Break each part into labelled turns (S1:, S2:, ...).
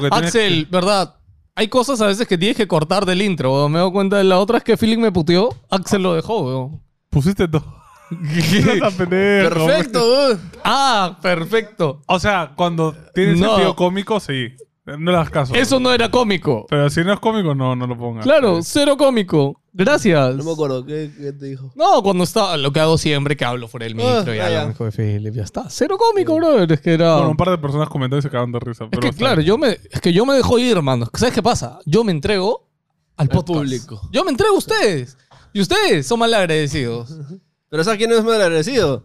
S1: Porque tienes
S2: Axel, ¿verdad? Hay cosas a veces que tienes que cortar del intro. weón. Me doy cuenta. La otra es que Feeling me puteó. Axel lo dejó, weón.
S1: que- pusiste dos. No tan pendejo.
S2: Perfecto, weón. Ah, perfecto.
S1: O sea, cuando tienes
S2: No.
S1: sentido cómico, sí. No le das caso.
S2: Eso no era cómico.
S1: Pero si no es cómico, no, no lo pongas. Eh,
S2: Claro, cero cómico. Gracias.
S3: No me acuerdo, ¿qué, qué te dijo?
S2: No, cuando estaba, lo que hago siempre que hablo fuera del micro
S3: Ah,
S2: y
S3: ah,
S2: hablo
S3: ya.
S2: con Joe Philip, ya está. Cero cómico, brother. Es que era.
S1: Bueno, un par de personas comentaron y se cagaron de risa.
S2: es
S1: pero
S2: que
S1: está
S2: claro, yo me, es que yo me dejo ir, hermano. ¿Sabes qué pasa? Yo me entrego al
S3: Al
S2: podcast.
S3: público.
S2: Yo me entrego a ustedes. Y ustedes son malagradecidos.
S3: Pero ¿sabes quién es mal agradecido?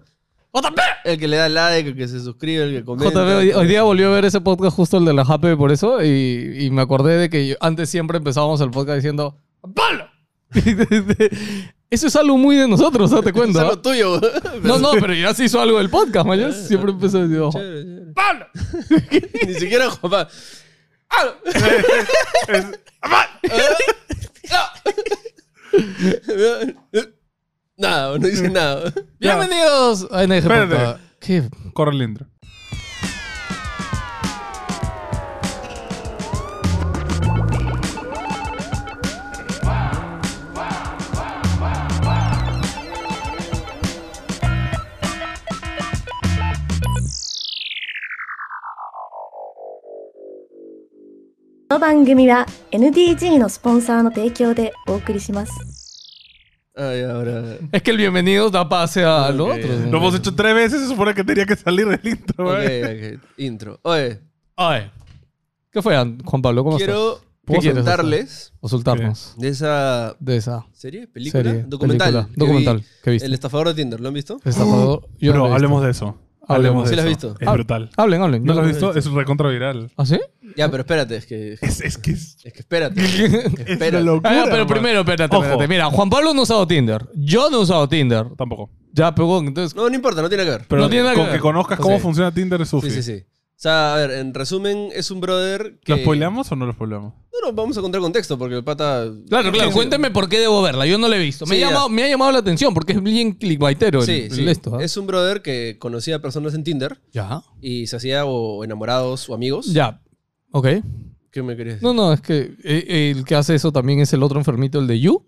S2: ¡JP!
S3: El que le da like, el que se suscribe, el que comenta.
S2: JP, hoy, hoy día volvió a ver ese podcast justo el de la JP por eso y, y me acordé de que yo- antes siempre empezábamos el podcast diciendo ¡Pablo! eso es algo muy de nosotros, date
S3: Es
S2: cuenta.
S3: algo tuyo.
S2: No, no, pero ya se hizo algo del podcast, man. Yo siempre empecé diciendo
S3: Chévere, chévere.
S2: ¡Pablo!
S3: Ni siquiera Juan Pablo. ¡Ah!
S1: Es-
S3: Ah. nada, no dice nada.
S2: Bienvenidos a NG
S1: Espérate.
S2: Podcast. ¿Qué?
S1: Corre el intro.
S4: この番組は NDG のスポンサーの提供でお送りします。
S3: Ay, Ah, ahora.
S2: Es que el bienvenido da pase a lo
S3: Ok,
S2: otro.
S3: ya.
S1: Lo hemos hecho tres veces, se supone que tenía que salir el intro, ¿eh?
S3: Ok,
S1: güey.
S3: ok. Intro. Oye,
S2: Ay. ¿Qué fue, An- Juan Pablo? ¿Cómo estás?
S3: quiero
S2: ¿Qué quieres
S3: contarles
S2: Consultarnos
S3: de esa
S2: de esa
S3: serie, película,
S2: serie,
S3: documental.
S2: película,
S3: que
S2: documental.
S3: vi,
S2: ¿Qué viste?
S3: El estafador de Tinder, ¿lo han visto?
S2: Estafador. Yo no
S1: Pero
S2: lo he
S1: hablemos
S2: visto.
S1: de eso. Hablemos
S2: Hablemos.
S1: de
S3: ¿Sí lo has
S1: eso.
S3: visto?
S1: Es
S2: Ah,
S1: brutal.
S2: Hablen, hablen.
S1: ¿No
S2: Yo
S1: lo has visto?
S3: visto.
S1: Es un recontra viral.
S2: ¿Ah, sí?
S3: Ya, pero espérate, es que,
S1: Es, es que es,
S3: es que espérate.
S1: es
S3: Espera.
S1: una locura.
S2: Ah, pero
S1: hermano.
S2: primero, espérate,
S1: Ojo.
S2: espérate. Mira, Juan Pablo no ha usado Tinder. Yo no he usado Tinder.
S1: Tampoco.
S2: Ya, pegón. Entonces,
S3: No, no importa, no tiene que ver.
S1: Pero
S2: No tiene nada
S1: con
S2: que
S1: que,
S2: ver.
S1: conozcas cómo
S2: Sí.
S1: funciona Tinder es
S3: Sí,
S1: suficiente.
S3: sí, sí. O sea, a ver, en resumen, es un brother que...
S1: ¿Lo spoileamos o no lo spoileamos?
S3: No, no, vamos a contar contexto porque el pata...
S2: claro, claro.
S3: Sí,
S2: cuénteme por qué debo verla. Yo no la he visto. Me,
S3: Sí,
S2: ha
S3: ya.
S2: llamado, me ha llamado la atención porque es bien clickbaitero el,
S3: Sí,
S2: el
S3: sí.
S2: esto. ¿ah?
S3: Es un brother que conocía a personas en Tinder
S2: Ya.
S3: y se hacía o enamorados o amigos.
S2: Ya. Ok.
S3: ¿Qué me querías decir?
S2: No, no, es que eh, el que hace eso también es el otro enfermito, el de You.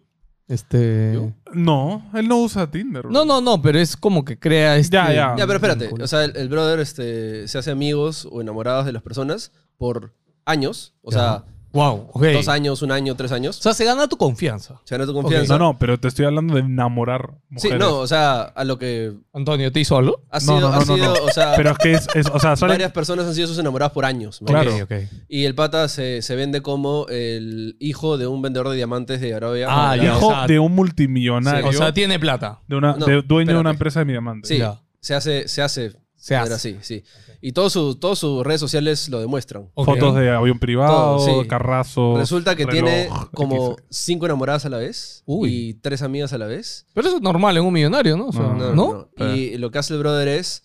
S2: Este.
S3: ¿You?
S1: No, él no usa Tinder. bro.
S2: No, no, no, pero es como que crea este.
S1: Ya, ya.
S3: Ya, pero espérate.
S2: vínculo.
S3: O sea, el, el brother este, se hace amigos o enamorados de las personas por años. O
S2: Ya.
S3: sea,
S2: Wow, ok.
S3: dos años, un año, tres años.
S2: O sea, se gana tu confianza.
S3: Se ganó tu
S1: No,
S3: confianza.
S1: no, pero te estoy hablando de enamorar
S3: Sí,
S1: mujeres.
S3: no, o sea, a lo que
S2: Antonio, ¿te hizo algo?
S3: ha
S1: No,
S3: sido,
S1: no, no,
S3: ha
S1: no, no.
S3: sido o sea,
S1: Pero es que es, es- o sea, solo-
S3: varias personas han sido sus enamoradas por años. ¿me
S1: Claro.
S3: entiendes?
S2: Ok, ok.
S3: Y el pata se, se vende como el hijo de un vendedor de diamantes de Arabia.
S2: Ah,
S3: Saudita.
S2: ya,
S1: hijo
S2: o sea-
S1: de un multimillonario,
S2: O sea, tiene plata.
S1: de una,
S3: No,
S1: de- dueño de una
S3: espérate.
S1: empresa de diamantes.
S3: Sí,
S2: Ya.
S3: se hace, se hace.
S2: Se hace.
S3: Era así, sí. Y todos sus todas sus redes sociales lo demuestran.
S2: Ok.
S1: Fotos de avión privado,
S3: Todo, sí.
S1: carrazos.
S3: Resulta que
S1: Oh, reloj,
S3: tiene como
S1: X.
S3: cinco enamoradas a la vez
S2: Uy.
S3: y tres amigas a la vez.
S2: Pero eso es normal en un millonario, ¿no? O sea,
S1: No,
S2: ¿no?
S1: no, Eh.
S3: Y lo que hace el brother es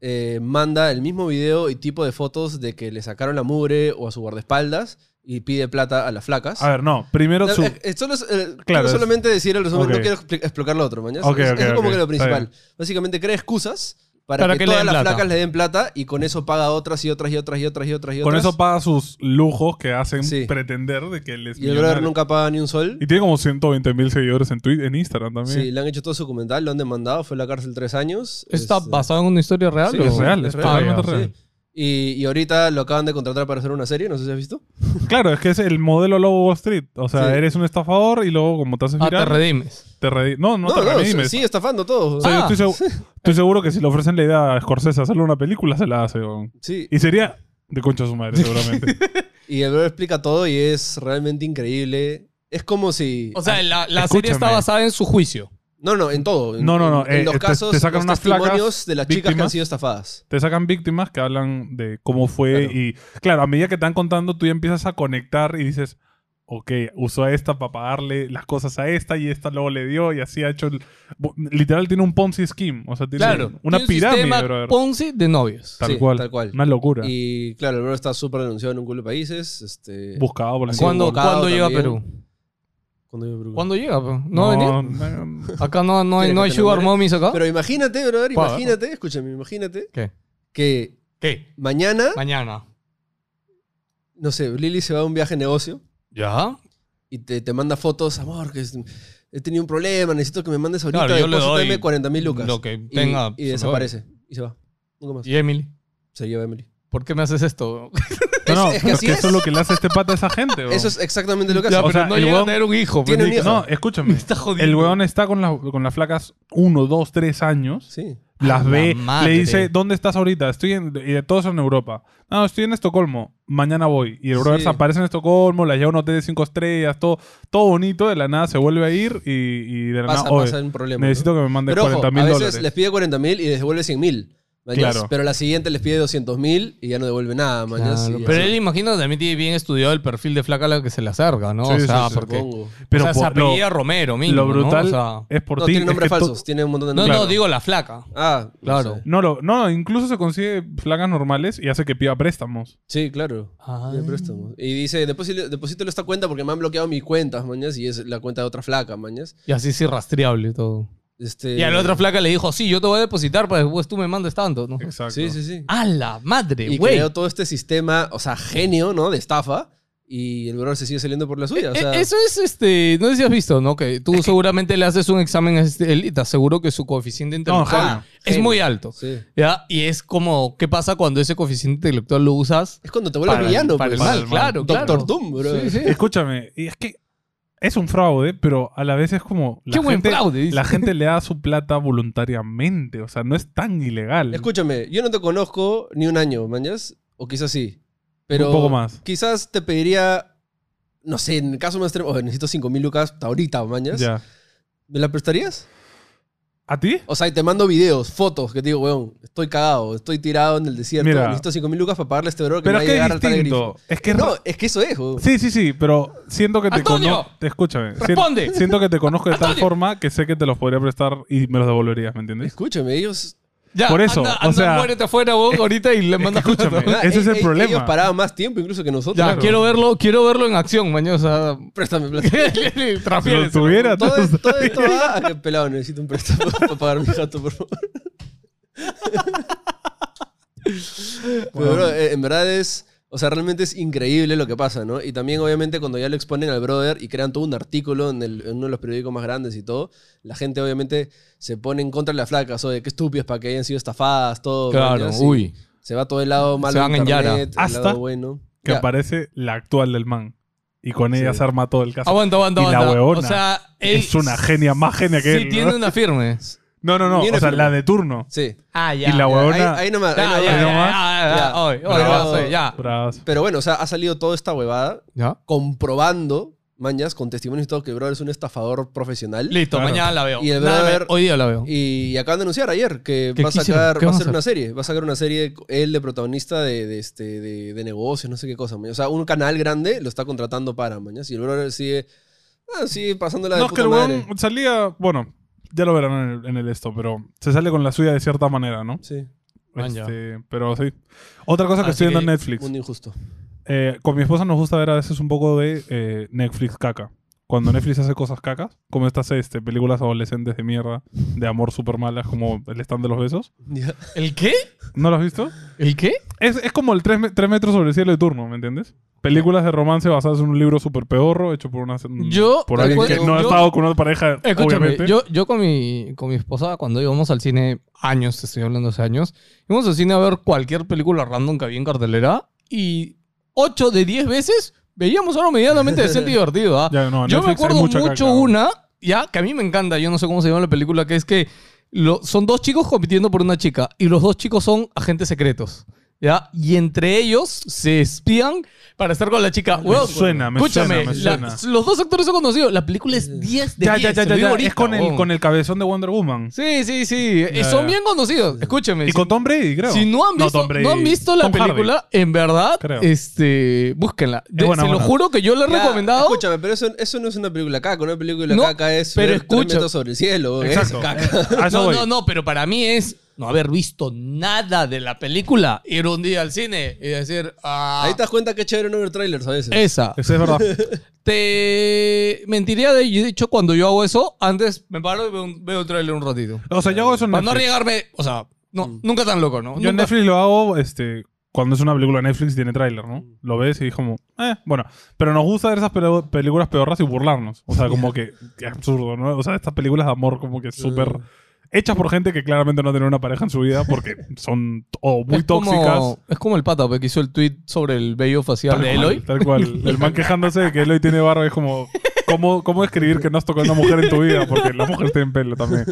S3: eh, manda el mismo video y tipo de fotos de que le sacaron la mugre o a su guardaespaldas y pide plata a las flacas.
S1: A ver, no. Primero
S3: No,
S1: su...
S3: eh, eh, solo es, eh, quiero
S1: Claro, es-
S3: solamente decir el resumen,
S1: Ok.
S3: no quiero expli- explicar lo otro, mañana.
S1: Ok,
S3: es,
S1: ok,
S3: es como
S1: ok,
S3: que lo
S1: está
S3: principal. Básicamente crea excusas para,
S2: Para
S3: que,
S2: que le
S3: todas
S2: den
S3: las
S2: plata.
S3: flacas le den plata y con eso paga otras y otras y otras y otras y otras y
S1: Con
S3: otras.
S1: eso paga sus lujos que hacen
S3: Sí.
S1: pretender de que él es
S3: y el brother
S1: millonario.
S3: nunca paga ni un sol.
S1: Y tiene como 120 mil seguidores en Twitter, en Instagram también.
S3: Sí, le han hecho todo su documental, lo han demandado, fue a la cárcel tres años.
S2: ¿Está
S3: Este,
S2: basado en una historia real?
S3: Sí,
S2: o-
S1: es real, es
S3: es real,
S1: totalmente
S2: sí.
S1: real.
S3: Y, y ahorita lo acaban de contratar para hacer una serie, no sé si has visto.
S1: Claro, es que es el modelo Lobo Wall Street. O sea,
S3: Sí.
S1: eres un estafador y luego como te haces
S2: Ah, te
S1: viral,
S2: redimes.
S1: te redi- No, no, te redimes.
S3: sigue estafando todo.
S1: O sea,
S2: Ah.
S1: yo estoy, segu- estoy seguro que si le ofrecen la idea a Scorsese hacerle una película, se la hace. weón.
S3: Sí,
S1: Y sería de concha a su madre, seguramente.
S3: y el brother explica todo y es realmente increíble. Es como si...
S2: O sea, la, la
S1: Escúchame.
S2: serie está basada en su juicio.
S3: No, no, en todo. En-
S1: No, no, no,
S3: En, en
S1: eh,
S3: los
S1: te-
S3: casos,
S1: te sacan
S3: los
S1: unas flacas
S3: testimonios de las chicas que
S1: víctimas.
S3: han sido estafadas.
S1: te sacan víctimas que hablan de cómo fue
S3: Claro.
S1: y... Claro, a medida que te van contando, tú ya empiezas a conectar y dices... Ok, usó a esta para pagarle las cosas a esta y esta luego le dio y así ha hecho... el- bu- Literal tiene un Ponzi Scheme. O sea, tiene una
S2: Tiene un
S1: pirámide,
S2: sistema
S1: brother.
S2: Ponzi de novios.
S1: Tal,
S3: Sí,
S1: cual.
S3: tal cual.
S1: Una locura.
S3: Y claro, el brother está súper denunciado en un culo de países. Este,
S1: Buscado por la
S3: Sí,
S2: ¿Cuándo,
S3: abocado
S2: ¿cuándo llega a
S3: también.
S2: Perú?
S3: cuando yo pregunto.
S2: ¿Cuándo llega? pe? ¿No va a venir?
S1: no,
S2: Acá no, no hay,
S3: ¿Quieres
S2: no hay
S3: que te
S2: sugar
S3: enamore?
S2: mommies acá.
S3: Pero imagínate, brother,
S2: Pa-
S3: imagínate, escúchame, imagínate
S2: ¿Qué?
S3: que
S2: ¿Qué?
S3: mañana
S2: Mañana.
S3: no sé, Lily se va a un viaje de negocio
S2: ¿Ya?
S3: y te, te manda fotos, amor, que es- he tenido un problema, necesito que me mandes ahorita,
S2: Claro, yo le
S3: deposítame
S2: doy
S3: 40 mil lucas.
S2: lo que
S3: Y-
S2: tenga,
S3: Y,
S2: se lo
S3: desaparece. Y se va. Nunca más.
S2: ¿Y Emily?
S3: Se lleva a Emily.
S2: ¿Por qué me haces esto?
S1: No, no,
S3: es que
S1: pero
S3: así
S1: que eso
S3: es.
S1: es lo que le hace este pata a esa gente, weón.
S3: Eso es exactamente lo que hace.
S2: Ya,
S1: O
S2: pero
S1: sea,
S2: no
S1: el
S2: llega a
S1: weón
S2: tener un hijo.
S3: tiene
S2: pues,
S3: un hijo.
S1: No, escúchame.
S2: Me está jodiendo.
S1: El weón está con, las- con las flacas 1, 2, 3 años.
S3: Sí.
S1: Las
S2: la
S1: ve,
S2: madre.
S1: le dice, ¿dónde estás ahorita? Estoy en, y todos en Europa. No, estoy en Estocolmo, mañana voy. Y el brother
S3: Sí.
S1: se aparece en Estocolmo, la lleva a un hotel de 5 estrellas, todo, todo bonito, de la nada se vuelve a ir y, y de la
S3: Pasa,
S1: nada, "Oye,
S3: pasa un problema.
S1: necesito que me mandes
S3: Pero ojo,
S1: 40
S3: a
S1: mil
S3: veces
S1: dólares.
S3: les pide 40 mil y les devuelve 100 mil.
S1: Claro.
S3: Pero la siguiente les pide 200 mil y ya no devuelve nada. mañas,
S2: Claro,
S3: y
S2: pero
S3: así.
S2: él imagino también tiene bien estudiado el perfil de flaca a la que se le acerca, ¿no?
S1: Sí,
S2: o
S1: sí,
S2: sea,
S1: sí,
S2: porque
S3: Supongo.
S1: Pero
S2: o sea, se
S1: por- lo-
S2: apellida Romero, mínimo,
S1: lo brutal
S2: ¿no? O sea,
S1: es por
S3: No,
S1: ti.
S3: tiene
S1: es
S3: nombres
S1: que to-
S3: falsos. Tiene un montón de
S2: no,
S3: nombres.
S2: no, digo la flaca.
S3: Ah, no
S2: Claro.
S3: sé.
S1: No, lo- no, incluso se consigue flacas normales y hace que pida préstamos.
S3: Sí, claro.
S2: Ay.
S3: Pide préstamo. Y dice, deposítale deposítale esta cuenta porque me han bloqueado mis cuentas, mañas, y es la cuenta de otra flaca, mañas.
S2: Y así es irrastreable y todo.
S3: Este,
S2: Y a la otra flaca le dijo, sí, yo te voy a depositar para después tú me mandes tanto, ¿no?
S1: Exacto.
S3: Sí, sí, sí.
S2: ¡A la madre,
S3: y
S2: Ah, güey!
S3: creó todo este sistema, o sea, genio, ¿no? De estafa. Y el brother se sigue saliendo por la suya. O
S2: Eh,
S3: sea,
S2: Eso es, este, no sé si has visto, ¿no? Que tú seguramente le haces un examen a este, él y te aseguro que su coeficiente intelectual
S3: genio.
S2: es muy alto.
S3: sí.
S2: ¿ya? Y es como, ¿qué pasa cuando ese coeficiente intelectual lo usas?
S3: Es cuando te vuelves
S2: Para el-
S3: villano.
S2: para el
S3: pues.
S2: mal, claro, claro.
S3: Doctor Doom, bro.
S2: Sí, sí.
S1: Escúchame, y es que es un fraude, pero a la vez es como. La
S2: ¡Qué buen
S1: gente,
S2: fraude! dice.
S1: La gente le da su plata voluntariamente, o sea, no es tan ilegal.
S3: Escúchame, yo no te conozco ni un año, mañas. O quizás sí. Pero
S1: Un poco más.
S3: Quizás te pediría, no sé, en el caso más extremo, "Oye, necesito 5 mil lucas hasta ahorita, mañas.
S1: Ya.
S3: ¿Me la prestarías?
S1: ¿A ti?
S3: O sea, y te mando videos, fotos, que te digo, weón, estoy cagado, estoy tirado en el desierto,
S1: Mira.
S3: necesito 5 mil lucas para pagarle a este brother que
S1: Pero
S3: me
S1: es
S3: va
S1: que
S3: a llegar
S1: es
S3: al tal grifo.
S1: distinto. Es que
S3: No, es que eso es, weón.
S1: Sí, sí, sí, pero siento que te
S2: ¡Antonio!
S1: conozco. Te escúchame. sien-
S2: ¡Responde!
S1: Siento que te conozco de tal
S2: ¡Antonio!
S1: forma que sé que te los podría prestar y me los devolverías, ¿me entiendes?
S3: Escúchame, ellos...
S2: Ya,
S1: por eso,
S2: anda,
S1: o
S2: anda,
S1: sea, eh,
S2: muérete afuera vos ahorita y le mandas
S1: escúchame,
S2: plata.
S1: Ese es el
S3: e- e-
S1: problema.
S3: Ellos paraban más tiempo incluso que nosotros.
S2: Ya,
S1: claro.
S2: quiero verlo, quiero verlo en acción, mañana. O sea,
S3: Préstame plata.
S1: Si los
S2: transfiere.
S1: tuviera,
S3: Todo,
S1: tú-
S3: es- todo esto va a que pelado, necesito un préstamo para pagar mi gato, por favor. Pero, bro, eh, en verdad es. O sea, realmente es increíble lo que pasa, ¿no? Y también, obviamente, cuando ya lo exponen al brother y crean todo un artículo en, el- en uno de los periódicos más grandes y todo, la gente, obviamente, se pone en contra de las flacas, o de qué estúpidas para que hayan sido estafadas, todo.
S2: Claro,
S3: mañas, y
S2: uy.
S3: Se va todo el lado malo.
S2: Se van
S3: de
S2: en Yara.
S3: internet, el
S1: Hasta
S3: lado bueno.
S1: que
S3: Ya,
S1: aparece la actual del man. Y con ella
S3: Sí.
S1: se arma todo el caso.
S2: Aguanta, aguanta,
S1: Y la
S2: aguanta.
S1: huevona
S2: o sea, él
S1: es una genia, más genia que
S2: sí
S1: él.
S2: tiene
S1: ¿no?
S2: una firme.
S1: no, no, no,
S3: Ni una
S1: O sea,
S3: firma.
S1: la de turno.
S3: Sí.
S2: Ah, ya.
S1: y la
S3: Ahí,
S1: huevona.
S3: ahí nomás. ahí
S2: Ah, Ya, ya, ya,
S3: nomás.
S1: ¿no más?
S2: ya, ya,
S3: Ya.
S2: Hoy, hoy,
S3: Pero-
S2: vas, hoy, ya.
S1: Bravas.
S3: Pero bueno, o sea, ha salido toda esta huevada.
S2: ¿Ya?
S3: comprobando, mañas, con testimonios y todo, que el brother es un estafador profesional.
S2: Listo,
S1: Claro.
S2: mañana la veo.
S3: Y el
S2: Nada,
S3: brother-
S2: me- hoy día la veo.
S3: Y, acaban de anunciar ayer que
S2: ¿Qué
S3: va a
S2: quisieron?
S3: sacar,
S2: ¿Qué
S3: va a
S2: van a
S3: hacer
S2: hacer?
S3: una serie, va a sacar una serie él de protagonista de, de este, de, de negocios, no sé qué cosa. mañas. O sea, un canal grande lo está contratando para mañas y el brother sigue, ah, sigue pasándola de
S1: No, es que
S3: puta
S1: el
S3: madre.
S1: weón salía. Bueno, ya lo verán en el, en el esto, pero se sale con la suya de cierta manera, ¿no?
S3: Sí,
S2: Man, Ah, ya.
S1: Este, pero sí. Otra cosa que
S2: Así
S1: estoy viendo en
S2: que-
S1: Netflix.
S3: Ah, un injusto.
S1: Eh, con mi esposa nos gusta ver a veces un poco de eh, Netflix caca. Cuando Netflix hace cosas cacas, como estas este, películas adolescentes de mierda, de amor súper malas, como El stand de los besos.
S3: Ya.
S2: ¿El qué?
S1: ¿No lo has visto?
S2: ¿El qué?
S1: Es, es como el 3, metros sobre el cielo de turno, ¿me entiendes? Películas de romance basadas en un libro súper pedorro hecho por una
S2: Yo-
S1: Mm, por alguien que
S2: yo-
S1: no ha
S2: yo-
S1: estado con una pareja,
S2: Escúchame,
S1: obviamente.
S2: yo, yo con, mi, con mi esposa, cuando íbamos al cine, años, te estoy hablando hace años, íbamos al cine a ver cualquier película random que había en cartelera y 8 de 10 veces veíamos algo medianamente decente y divertido. ¿ah?
S1: Ya, no,
S2: yo
S1: Netflix
S2: me
S1: hay
S2: acuerdo
S1: mucha
S2: mucho
S1: caca.
S2: una, ya, que a mí me encanta, yo no sé cómo se llama la película, que es que lo- son dos chicos compitiendo por una chica y los dos chicos son agentes secretos. ¿Ya? Y entre ellos se espían para estar con la chica.
S1: Me
S2: Weón,
S1: suena, me
S2: Escúchame,
S1: suena, me
S2: la-
S1: suena.
S2: los dos actores son conocidos. La película es 10 de
S1: Ya,
S2: 10.
S1: ya, ya, ya,
S2: te lo digo
S1: ya.
S2: ahorita,
S1: Es con el,
S2: huevón.
S1: con el cabezón de Wonder Woman.
S2: Sí, sí, sí. Eh,
S1: Ya,
S2: Son
S1: ya.
S2: bien conocidos. Escúchame.
S1: Y
S2: si-
S1: con Tom Brady, creo.
S2: si no han visto,
S1: Tom Brady.
S2: no han visto la
S1: Tom Hardy.
S2: película, en verdad,
S1: Creo.
S2: este, búsquenla.
S1: Es
S2: De-
S1: buena,
S2: se
S1: buena.
S2: lo juro que yo la he
S3: Ya,
S2: recomendado.
S3: Escúchame, pero eso, eso no es una película caca, una película
S2: No,
S3: caca es
S2: pero
S3: ver tres
S2: escucha.
S3: metros sobre el cielo, ¿eh?
S1: Exacto.
S3: caca.
S1: A eso
S2: No,
S1: voy.
S2: no, no, pero para mí es no haber visto nada de la película, ir un día al cine y decir, ah,
S3: Ahí te das cuenta que chévere no ver trailers a veces.
S1: Eh,
S2: esa.
S1: Eso es verdad.
S2: Te mentiría de de hecho cuando yo hago eso, antes me paro y veo, un- veo el trailer un ratito.
S1: O sea, yo hago eso en
S2: Para no
S1: Netflix.
S2: arriesgarme, o sea, no, nunca tan loco, ¿no?
S1: Yo en
S2: Nunca-
S1: Netflix lo hago este, cuando es una película de Netflix tiene tráiler, ¿no? Lo ves y es como, eh, bueno. Pero nos gusta ver esas pelo- películas pedorras y burlarnos. O sea, como que, que absurdo, ¿no? O sea, estas películas de amor como que súper... Hechas por gente que claramente no tiene una pareja en su vida porque son o muy
S2: es
S1: tóxicas.
S2: Como, es como el pata pe, que hizo el tweet sobre el vello facial
S1: Tal
S2: de
S1: cual,
S2: Eloy.
S1: Tal cual. El man quejándose de que Eloy tiene barba es como, ¿cómo, cómo escribir que no has tocado a una mujer en tu vida? Porque las mujeres tienen pelo también.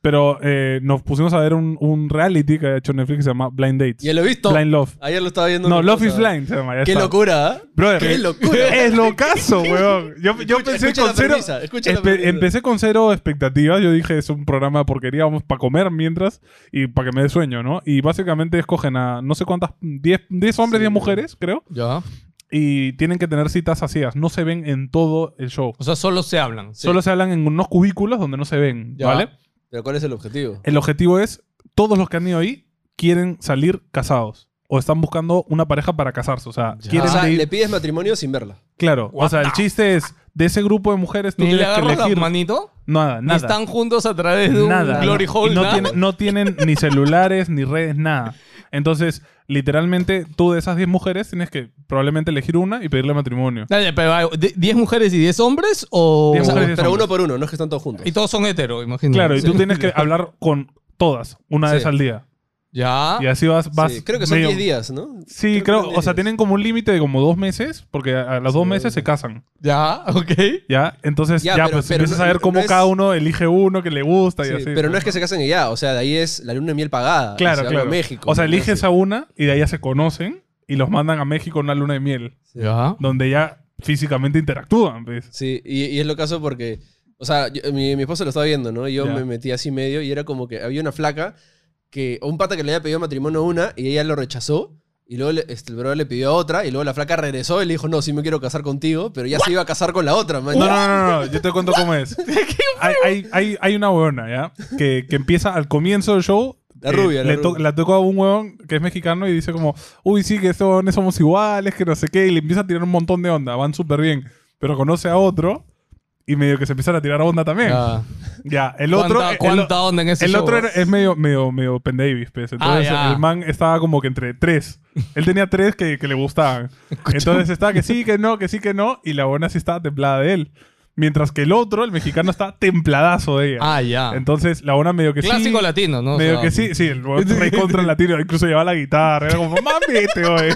S1: Pero eh, nos pusimos a ver un, un reality que ha hecho Netflix que se llama Blind Dates.
S3: Ya lo he visto.
S1: Blind Love.
S3: Ayer lo estaba viendo.
S1: No,
S3: en mi
S1: Love
S3: casa.
S1: is Blind se llama. ya
S3: Qué
S1: está.
S3: locura, ¿eh?
S1: Brother,
S3: qué locura.
S1: Es locazo, weón. Yo, yo
S3: Escucha-
S1: pensé
S3: escucha
S1: con
S3: la
S1: cero.
S3: premisa, escucha la
S1: empe-
S3: premisa.
S1: empecé con cero expectativas. Yo dije, es un programa de porquería, vamos para comer mientras y para que me dé sueño, ¿no? Y básicamente escogen a no sé cuántas, 10 10 hombres,
S3: Sí.
S1: 10 mujeres, creo
S2: Ya.
S1: y tienen que tener citas vacías. No se ven en todo el show.
S2: O sea, solo se hablan.
S3: Sí.
S1: Solo se hablan en unos cubículos donde no se ven,
S2: Ya.
S1: ¿vale?
S3: Pero ¿cuál es el objetivo?
S1: El objetivo es, todos los que han ido ahí quieren salir casados. O están buscando una pareja para casarse. O sea,
S2: Ya.
S1: Eh, quieren
S3: o sea,
S1: ir-
S3: le pides matrimonio sin verla.
S1: Claro. O sea, el chiste es, de ese grupo de mujeres tú
S2: Ni le
S1: tienes que
S2: agarran la
S1: elegir.
S2: manito.
S1: Nada,
S2: ni
S1: nada.
S2: están juntos a través de un
S1: nada.
S2: glory
S1: no.
S2: hole.
S1: Y no,
S2: nada.
S1: tienen- no tienen ni celulares, ni redes, nada. Entonces, literalmente, tú de esas 10 mujeres tienes que probablemente elegir una y pedirle matrimonio.
S2: Dale, pero hay de- 10 mujeres y 10 hombres o...
S1: Diez mujeres.
S3: Pero
S1: Hombres son
S3: uno
S1: hombres.
S3: por uno, no es que están todos juntos.
S2: Y todos son hetero, imagino.
S1: Claro, y tú
S2: Sí.
S1: tienes que hablar con todas una
S3: Sí.
S1: vez al día.
S2: Ya.
S1: Y así vas. vas
S3: Sí, creo que son
S1: medio-
S3: 10 días, ¿no?
S1: Sí, creo.
S3: Creo que son
S1: o sea,
S3: 10 días.
S1: tienen como un límite de como dos meses, porque a a los dos meses se casan.
S2: Ya, ok.
S1: ¿Ya? Entonces, ya,
S3: Ya, pero-
S1: pues
S3: pero
S1: empiezas
S3: no-
S1: a ver cómo
S3: no es-
S1: cada uno elige uno que le gusta y
S3: Sí,
S1: así.
S3: pero no es que se casen y ya, o sea, de ahí es la luna de miel pagada.
S1: Claro,
S3: se van a
S1: claro.
S3: México,
S1: o sea,
S3: ¿no?
S1: eliges
S3: Sí.
S1: a una y de ahí ya se conocen y los mandan a México a una luna de miel,
S2: Ya.
S1: donde ya físicamente interactúan, pues. ¿ves?
S3: Sí, y, y es lo caso porque, o sea, yo- mi, mi esposo lo estaba viendo, ¿no? Y Yo
S1: Ya.
S3: me metí así medio y era como que había una flaca que, o un pata que le había pedido matrimonio a una y ella lo rechazó. Y luego le- este, el brother le pidió a otra y luego la flaca regresó y le dijo, no, sí me quiero casar contigo, pero ya se iba a casar con la otra, man.
S1: No, no, no, no, no, yo te cuento cómo es. Hay, hay, hay, hay una huevona, ¿ya? Que, que empieza al comienzo del show. eh,
S3: La rubia, la
S1: le to-
S3: rubia.
S1: la toca a un huevón que es mexicano y dice como, uy, sí, que estos huevones somos iguales, que no sé qué. Y le empieza a tirar un montón de onda, van súper bien. Pero conoce a otro y medio que se empiezan a tirar onda también.
S3: Ah.
S2: Ya.
S1: Ya, el otro... e-
S2: ¿Cuánta,
S1: el-
S2: cuánta onda en ese
S1: el
S2: show? Ah,
S1: otro era- es medio, medio, medio pendavis, pues. Entonces
S2: ya.
S1: el man estaba como que entre tres. Él tenía tres que, que le gustaban. Entonces estaba que sí, que no, que sí, que no. Y la buena sí estaba templada de él. Mientras que el otro, el mexicano, está templadazo de ella.
S2: Ah, ya.
S1: Entonces la buena medio que sí.
S2: Clásico latino, ¿no? O
S1: Medio
S2: sea,
S1: que sí, sí, el huevón rey contra el latino, incluso llevaba la guitarra, era como, mami, este oe".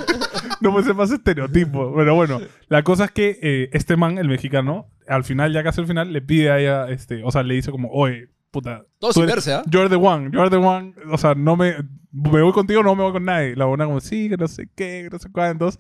S1: No puede ser más estereotipo. Pero bueno, la cosa es que eh, este man, el mexicano, al final, ya casi al final, le pide a ella, este, o sea, le dice como, oye, puta.
S3: Todo
S1: tú
S3: sin
S1: eres-
S3: verse, ¿ah?
S1: You are the one, you are the one. O sea, no me, me voy contigo, no me voy con nadie. La buena como, sí, que no sé qué, que no sé cuántos.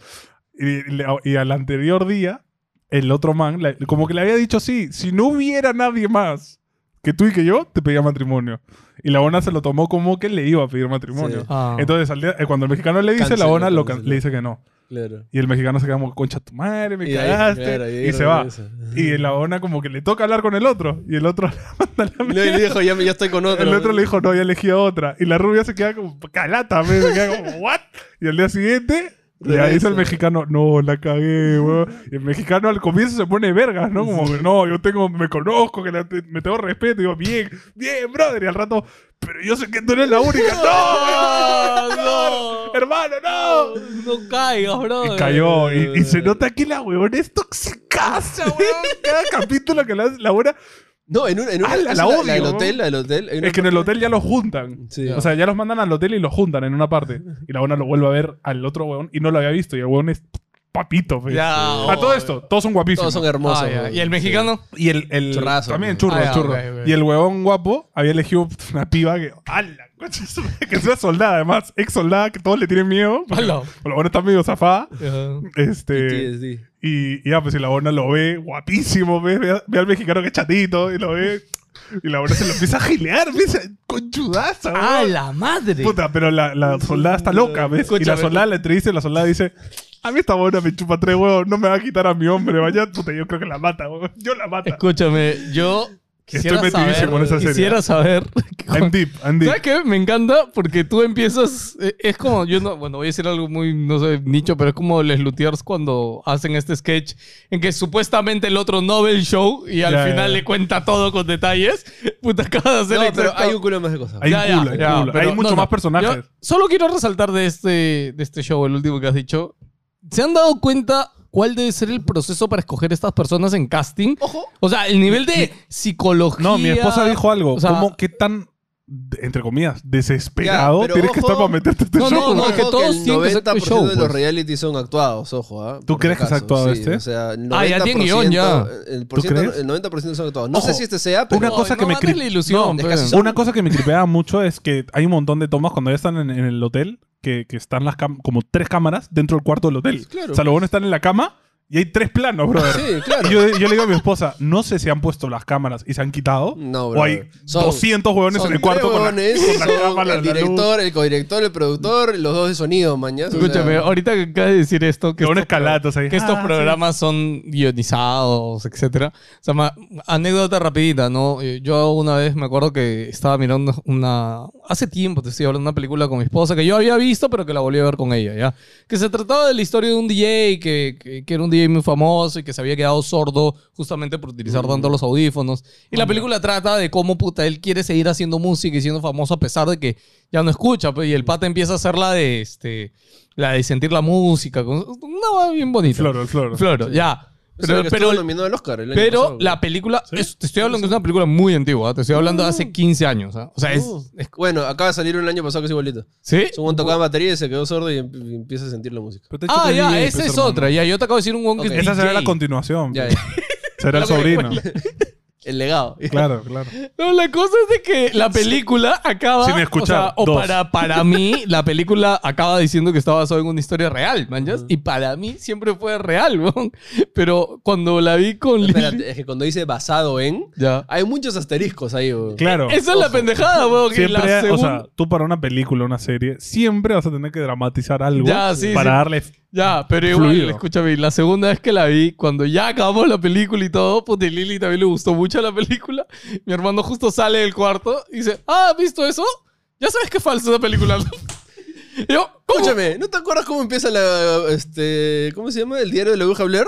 S1: Y, y le- y al anterior día, el otro man, la- como que le había dicho, sí, si no hubiera nadie más que tú y que yo, te pedía matrimonio. Y la buena se lo tomó como que le iba a pedir matrimonio.
S3: Sí.
S2: Ah.
S1: Entonces, al día- eh, cuando el mexicano le dice, la
S3: Canceló,
S1: buena lo can-
S3: canceló.
S1: le dice que no.
S3: Claro.
S1: Y el mexicano se queda como, concha tu madre, me
S3: Y ahí,
S1: cagaste.
S3: claro,
S1: y
S3: ahí
S1: se va.
S3: regresa.
S1: Y la buena como que le toca hablar con el otro. Y el otro le manda la
S3: Y luego le dijo, ya, ya estoy con otro.
S1: el otro le dijo, no, ya elegí a otra. Y la rubia se queda como calata, me, se queda como, ¿what? Y al día siguiente, le dice el mexicano, no, la cagué, weón. Y el mexicano al comienzo se pone vergas, ¿no? Como, no, yo tengo, me conozco, que la- te- me tengo respeto. Y digo, bien, bien, brother. Y al rato, pero yo sé que tú eres la única. ¡No, weón!
S2: No.
S1: ¡Hermano, no!
S2: No caigas, bro.
S1: Y cayó. Y, y se nota que la weón es toxicaza, weón. Cada capítulo que la, la buena...
S3: No, en un... En una-
S1: Ah, la-
S3: es
S1: la
S3: una-
S1: odio,
S3: del
S1: ¿no?
S3: hotel, la del hotel. hay una
S1: Es que en el hotel ya los juntan.
S3: Sí.
S1: O sea, ya los mandan al hotel y los juntan en una parte. Y la buena lo vuelve a ver al otro weón y no lo había visto. Y el weón es papito, fe.
S2: Ya,
S1: A pues, Ah, todo
S2: oh.
S1: esto, todos son guapísimos.
S3: Todos son hermosos.
S2: Ah, ya.
S3: güey.
S2: ¿Y el mexicano?
S1: y el, el-
S3: Churrazo,
S1: también
S3: fe.
S1: churro,
S2: Ah, ya,
S1: churro.
S2: ok, ok.
S1: Y el huevón guapo había elegido una piba que. ¡Hala! Concha, su madre, que es una soldada, además. Ex soldada que todos le tienen miedo. porque
S2: Hala.
S1: La buena está medio zafada.
S2: Ajá.
S1: Este.
S3: Sí, sí.
S1: Y y ya, pues, y la buena lo ve guapísimo, ve, ve, ve al mexicano que es chatito y lo ve. Y la buena se lo empieza a gilear, empieza conchudaza,
S2: ¡A
S1: weón.
S2: Ah, la madre!
S1: Ah, Puta, pero la, la soldada está loca, ¿ves? Y la
S2: Escúchame.
S1: soldada le entrevista y la soldada dice: A mí esta buena me chupa tres huevos, no me va a quitar a mi hombre, vaya. Puta, yo creo que la mata, huevón. Yo la mata.
S2: Escúchame, yo Quisiera
S1: Estoy
S2: saber,
S1: metidísimo en esa serie.
S2: Quisiera saber.
S1: I'm deep, I'm deep.
S2: ¿Sabes qué? Me encanta porque tú empiezas. eh, Es como. Yo no, bueno, voy a decir algo muy, no sé, nicho, pero es como Les Lutiers cuando hacen este sketch en que supuestamente el otro Nobel Show y al
S1: Ya, ya,
S2: final
S1: ya.
S2: le cuenta todo con detalles. Puta, acabas de hacer
S3: No,
S2: el
S3: pero
S2: exacto-
S3: hay un culo más de cosas.
S1: Hay
S2: Ya, ya,
S1: un culo, hay
S2: ya,
S1: un culo.
S2: pero
S1: Hay mucho
S2: no,
S1: más
S2: no.
S1: personajes.
S2: Yo solo quiero resaltar de este, de este show, el último que has dicho. ¿Se han dado cuenta cuál debe ser el proceso para escoger estas personas en casting?
S3: Ojo.
S2: O sea, el nivel de psicología.
S1: No, mi esposa dijo algo.
S2: o sea-
S1: ¿Cómo qué tan, de- entre comillas, desesperado
S3: Ya, pero
S1: tienes que
S3: ojo.
S1: estar para meterte a este
S2: No, no,
S1: show?
S2: no,
S3: Ojo
S2: que todos
S3: el
S2: tienen que ser
S3: 90%
S2: show,
S3: de los
S2: pues.
S3: reality son actuados, ojo. ¿ah?
S1: ¿Tú
S3: Por
S1: crees
S3: si
S1: que es
S3: acaso,
S1: actuado este?
S3: O sea, el 90%,
S2: Ah, ya tiene guión, ya.
S3: El,
S1: ¿Tú
S3: porciento-
S1: crees?
S3: eh, el 90% son actuados. No
S1: Ojo,
S3: sé si este sea, pero
S1: una
S2: No,
S1: cosa
S2: no
S1: que me
S2: mates
S1: cri-
S2: la ilusión,
S3: No,
S2: pe.
S3: es casi-
S1: Una cosa que me cripeaba mucho es que hay un montón de tomas cuando ya están en, en el hotel, que, que están las cam- como tres cámaras dentro del cuarto del hotel.
S3: Pues Claro.
S1: O sea, los buenos están en la cama y hay tres planos, brother.
S3: Sí, claro.
S1: Y yo, yo le digo a mi esposa, no sé si han puesto las cámaras y se han quitado.
S3: No,
S1: o hay
S3: brother. Son-
S1: 200 huevones
S3: Son
S1: en el cuarto
S3: tres
S1: con la,
S3: huevones,
S1: con la
S3: son
S1: cámara,
S3: el
S1: la luz.
S3: director, el codirector, el productor, los dos de sonido, mañana.
S2: Escúchame, ahorita que acabas de decir esto, que,
S1: Que unos
S2: estos, pro-
S1: calatos ahí.
S2: que estos
S1: Ah, sí.
S2: programas son guionizados, etcétera. O sea, ma- anécdota rapidita, ¿no? Eh, Yo una vez me acuerdo que estaba mirando una... Hace tiempo te estoy hablando de una película con mi esposa que yo había visto, pero que la volví a ver con ella, ¿ya? Que se trataba de la historia de un DJ que, que, que era un DJ muy famoso y que se había quedado sordo justamente por utilizar tanto
S1: Mm.
S2: los audífonos. Y la película trata de cómo puta él quiere seguir haciendo música y siendo famoso a pesar de que ya no escucha. pues, Y el pata empieza a hacer la de este. La de sentir la música. con- Una va bien bonita.
S1: Floro, el floro.
S2: Floro, ya. Pero,
S3: Pero,
S2: pero-
S3: nominado al Oscar el año
S2: pero
S3: pasado.
S2: la película. es- te estoy hablando que es una película muy antigua. ¿ah? Te estoy hablando de hace 15 años. ¿ah? O sea, es.
S3: Mm. Uh,
S2: es-
S3: Bueno, acaba de salir un año pasado que es igualito.
S2: ¿Sí?
S3: Según tocaba batería y se quedó sordo y em- y empieza a sentir la música.
S1: Pero te he dicho
S2: Ah,
S1: que
S2: ya,
S1: DJ,
S2: esa
S1: pues,
S2: es
S1: hermano.
S2: otra. Ya, yo te acabo de decir un one que
S3: Ok.
S2: es
S1: Esa será
S2: DJ.
S1: la continuación.
S3: Ya, ya.
S1: Será el
S2: Lo que-
S1: sobrino.
S3: el legado.
S1: Claro, claro.
S2: No, la cosa es de que la película acaba.
S1: Sin escuchar,
S2: O, sea, o
S1: dos.
S2: para, para mí, la película acaba diciendo que está basada en una historia real, manchas. Y para mí siempre fue real, weón. Pero cuando la vi con Lily.
S3: Espérate, es que cuando dice basado en,
S2: Ya.
S3: hay muchos asteriscos ahí, weón.
S1: Claro.
S2: Esa es la pendejada, weón. que
S1: Siempre,
S2: la
S1: o
S2: segunda-
S1: sea, tú para una película, una serie, siempre vas a tener que dramatizar algo
S2: Ya, sí,
S1: para
S2: sí.
S1: darle.
S2: Ya, pero igual,
S1: Fluido.
S2: escúchame, la segunda vez que la vi, cuando ya acabamos la película y todo, puta, y Lili también le gustó mucho la película. Mi hermano justo sale del cuarto y dice, ah, ¿has visto eso? Ya sabes que es falsa esa película. Y yo, ¿cómo?
S3: Escúchame, ¿no te acuerdas cómo empieza la. Este, ¿Cómo se llama? El diario de la aguja Blair?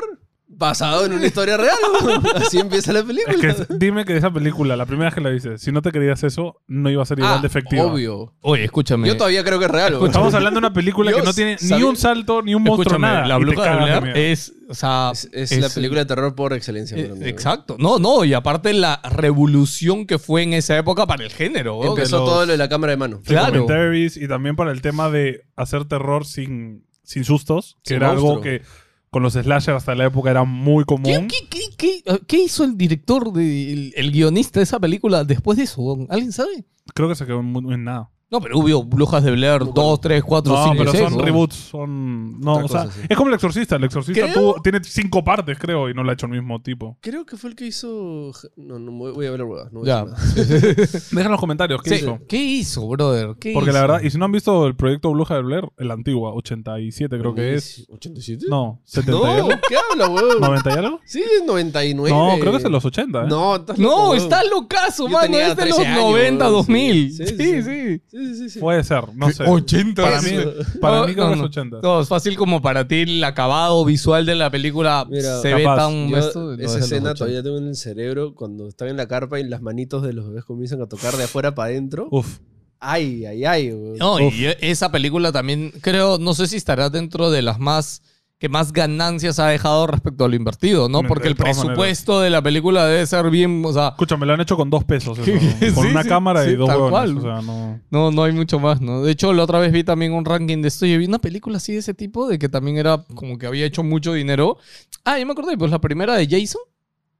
S3: Basado en una historia real. weón. Así empieza la película.
S1: Es que es- dime que esa película, la primera vez que la dices, si no te creías eso, no iba a ser igual
S3: Ah,
S1: de efectiva.
S3: Obvio.
S2: Oye, escúchame.
S3: Yo todavía creo que es real. weón.
S1: Estamos hablando de una película que
S3: Yo
S1: no tiene ni
S3: sabía-
S1: un salto, ni un monstruo,
S2: Escúchame,
S1: nada.
S2: la
S1: y te
S2: bruja de
S1: cagas de
S2: Blair eh,
S1: miedo.
S2: es, o sea,
S3: Es, es la película de terror por excelencia.
S2: eh,
S3: para mí,
S2: exacto. No, no, y aparte la revolución que fue en esa época para el género.
S3: weón.
S2: ¿no?
S3: Empezó
S2: Que los-
S3: todo lo de la cámara de mano.
S2: Claro.
S1: Documentaries y también para el tema de hacer terror sin, sin sustos, que
S3: Sin
S1: era algo
S3: monstruo.
S1: que con los slashers hasta la época era muy
S2: ¿Qué,
S1: común.
S2: qué- qué- qué- qué hizo el director, de, el, el guionista de esa película después de eso? weón? ¿Alguien sabe?
S1: Creo que se quedó en, mu- en nada.
S2: No, pero hubo Brujas de Blair 2, 3, 4,
S1: No,
S2: 5,
S1: pero
S2: 6.
S1: son reboots, son... No,
S3: Otra
S1: o sea,
S3: cosa, sí.
S1: es como El Exorcista. El Exorcista
S3: Creo-
S1: tuvo- tiene cinco partes, creo, y no la ha hecho el mismo tipo.
S3: Creo que fue el que hizo. No, no voy voy a hablar huevadas. No voy
S2: Ya.
S3: a decir nada.
S1: Deja en los comentarios qué
S2: Sí,
S1: hizo.
S2: ¿Qué hizo, brother? ¿Qué
S1: Porque la
S2: hizo?
S1: verdad, y si no han visto el proyecto Bruja de Blair, el antigua, 87 creo que es.
S3: ¿87?
S1: No, 70 y
S3: No,
S1: algo.
S3: ¿qué habla, weón?
S1: 90 y algo.
S3: Sí, es 99.
S1: No, creo que es en los 80. ¿eh?
S3: No, estás loco,
S2: No,
S3: weón.
S2: está locazo,
S3: Yo
S2: mano.
S3: tenía
S2: Es de los
S3: 13 años,
S2: 90,
S3: weón.
S2: 2000. Sí, sí.
S3: Sí,
S2: sí,
S3: sí, sí. Sí, sí, sí.
S1: Puede ser, no sé.
S2: 80
S1: Para
S3: sí.
S1: mí, para
S2: No,
S1: mí creo
S2: no,
S1: que es
S2: no.
S1: 80.
S2: No, es fácil como para ti el acabado visual de la película
S3: Mira,
S2: se ve
S1: capaz.
S2: tan...
S3: Yo
S2: Mm, esto, no, es
S3: esa
S2: de los
S3: escena
S2: 80.
S3: todavía tengo en el cerebro cuando están en la carpa y las manitos de los bebés comienzan a tocar de afuera para adentro.
S1: Uf.
S3: Ay, ay, ay, weón.
S2: No, y e, esa película también creo, no sé si estará dentro de las más que más ganancias ha dejado respecto a lo invertido, ¿no?
S1: De
S2: Porque el
S1: todas
S2: presupuesto de la película debe ser bien, o sea,
S1: Escúchame, lo han hecho con dos pesos. eso,
S2: Sí,
S1: con una
S2: sí,
S1: cámara
S2: sí,
S1: y dos
S2: tal
S1: huevones.
S2: cual.
S1: O sea, no.
S2: no, no hay mucho más, ¿no? De hecho, la otra vez vi también un ranking de esto y vi una película así de ese tipo, de que también era como que había hecho mucho dinero. Ah, yo me acordé, pues la primera de Jason.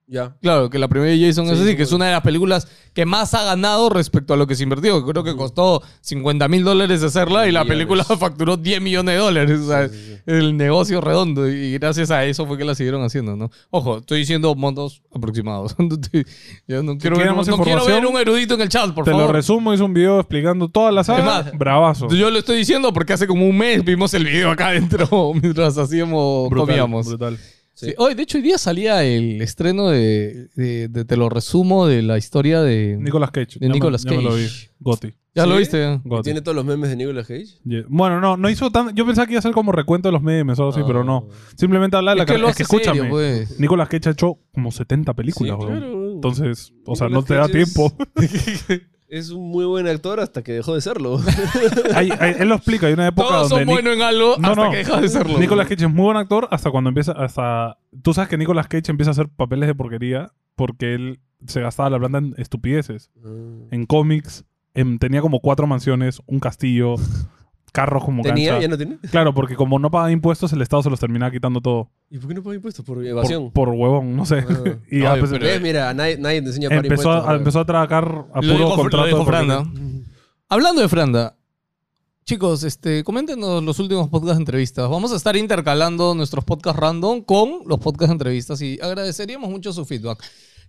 S3: Ya.
S2: Claro, que la primera de Jason es
S3: Sí,
S2: así, que es
S3: supongo.
S2: una de las películas que más ha ganado respecto a lo que se invirtió. Creo que costó 50 mil dólares hacerla y la
S3: Millones.
S2: película facturó 10 millones de dólares. O sea,
S3: Sí, sí, sí.
S2: el negocio redondo y gracias a eso fue que la siguieron haciendo, ¿no? Ojo, estoy diciendo montos aproximados. No estoy- Yo no quiero, ver,
S1: quieren más
S2: no quiero
S1: información,
S2: ver un erudito en el chat, por
S1: Te lo
S2: favor.
S1: resumo, hice un video explicando todas las saga.
S2: más,
S1: Bravazo.
S2: Yo lo estoy diciendo porque hace como un mes vimos el video acá adentro mientras hacíamos,
S1: Brutal,
S2: comíamos.
S1: brutal.
S3: Sí.
S2: Sí, Hoy, de hecho, hoy día salía el estreno de, de- de- Te lo resumo de la historia de.
S1: Nicolas Cage.
S2: De
S1: Ya me-
S2: Nicolas
S1: ya me lo vi.
S2: Cage.
S1: Gotti.
S2: ¿Ya lo
S3: ¿Sí?
S2: viste?
S1: Gotti.
S3: ¿Tiene todos los memes de Nicolas Cage?
S1: Yeah. Bueno, no, no hizo tan. Yo pensaba que iba a ser como recuento de los memes o algo así,
S3: Ah.
S1: pero no. Simplemente habla de la
S2: es que lo
S1: carrera. Es
S2: hace
S1: que escúchame.
S2: serio, pues.
S1: Nicolas Cage ha hecho como 70 películas,
S3: Sí,
S1: weón.
S3: claro, weón.
S1: Entonces, o sea, no
S3: Nicolas
S1: te da
S3: Cage es-
S1: tiempo.
S3: Es un muy buen actor hasta que dejó de serlo. Ah.
S1: Hay- hay- él lo explica. Hay una época
S2: Todos
S1: donde
S2: son
S1: Nic-
S2: buenos en algo
S1: No,
S2: hasta
S1: no.
S2: que dejas de serlo.
S1: Nicolas Cage es muy buen actor hasta cuando empieza. hasta Tú sabes que Nicolas Cage empieza a hacer papeles de porquería porque él se gastaba la plata en estupideces. En cómics, em, tenía como cuatro mansiones, un castillo, carros como
S3: ¿Tenía?
S1: cancha.
S3: ¿Ya no tiene?
S1: Claro, porque como no pagaba impuestos, el Estado se los terminaba quitando todo.
S3: ¿Y por qué no paga impuestos? Por
S1: Por,
S3: evasión.
S1: por huevón, no sé.
S3: Ah.
S1: y
S2: Ay,
S1: ya, pues,
S2: pero-
S1: eh,
S3: ¿Ves? Mira, a nadie, nadie te enseña a pagar
S1: empezó,
S3: impuestos.
S1: a,
S3: weón.
S1: empezó a trabajar a puro
S2: Lo dijo- lo
S1: contrato.
S2: dijo
S1: de por-
S2: Fran, ¿no? Hablando de Franda, chicos, este, coméntenos los últimos podcasts de entrevistas. Vamos a estar intercalando nuestros podcasts random con los podcasts de entrevistas y agradeceríamos mucho su feedback.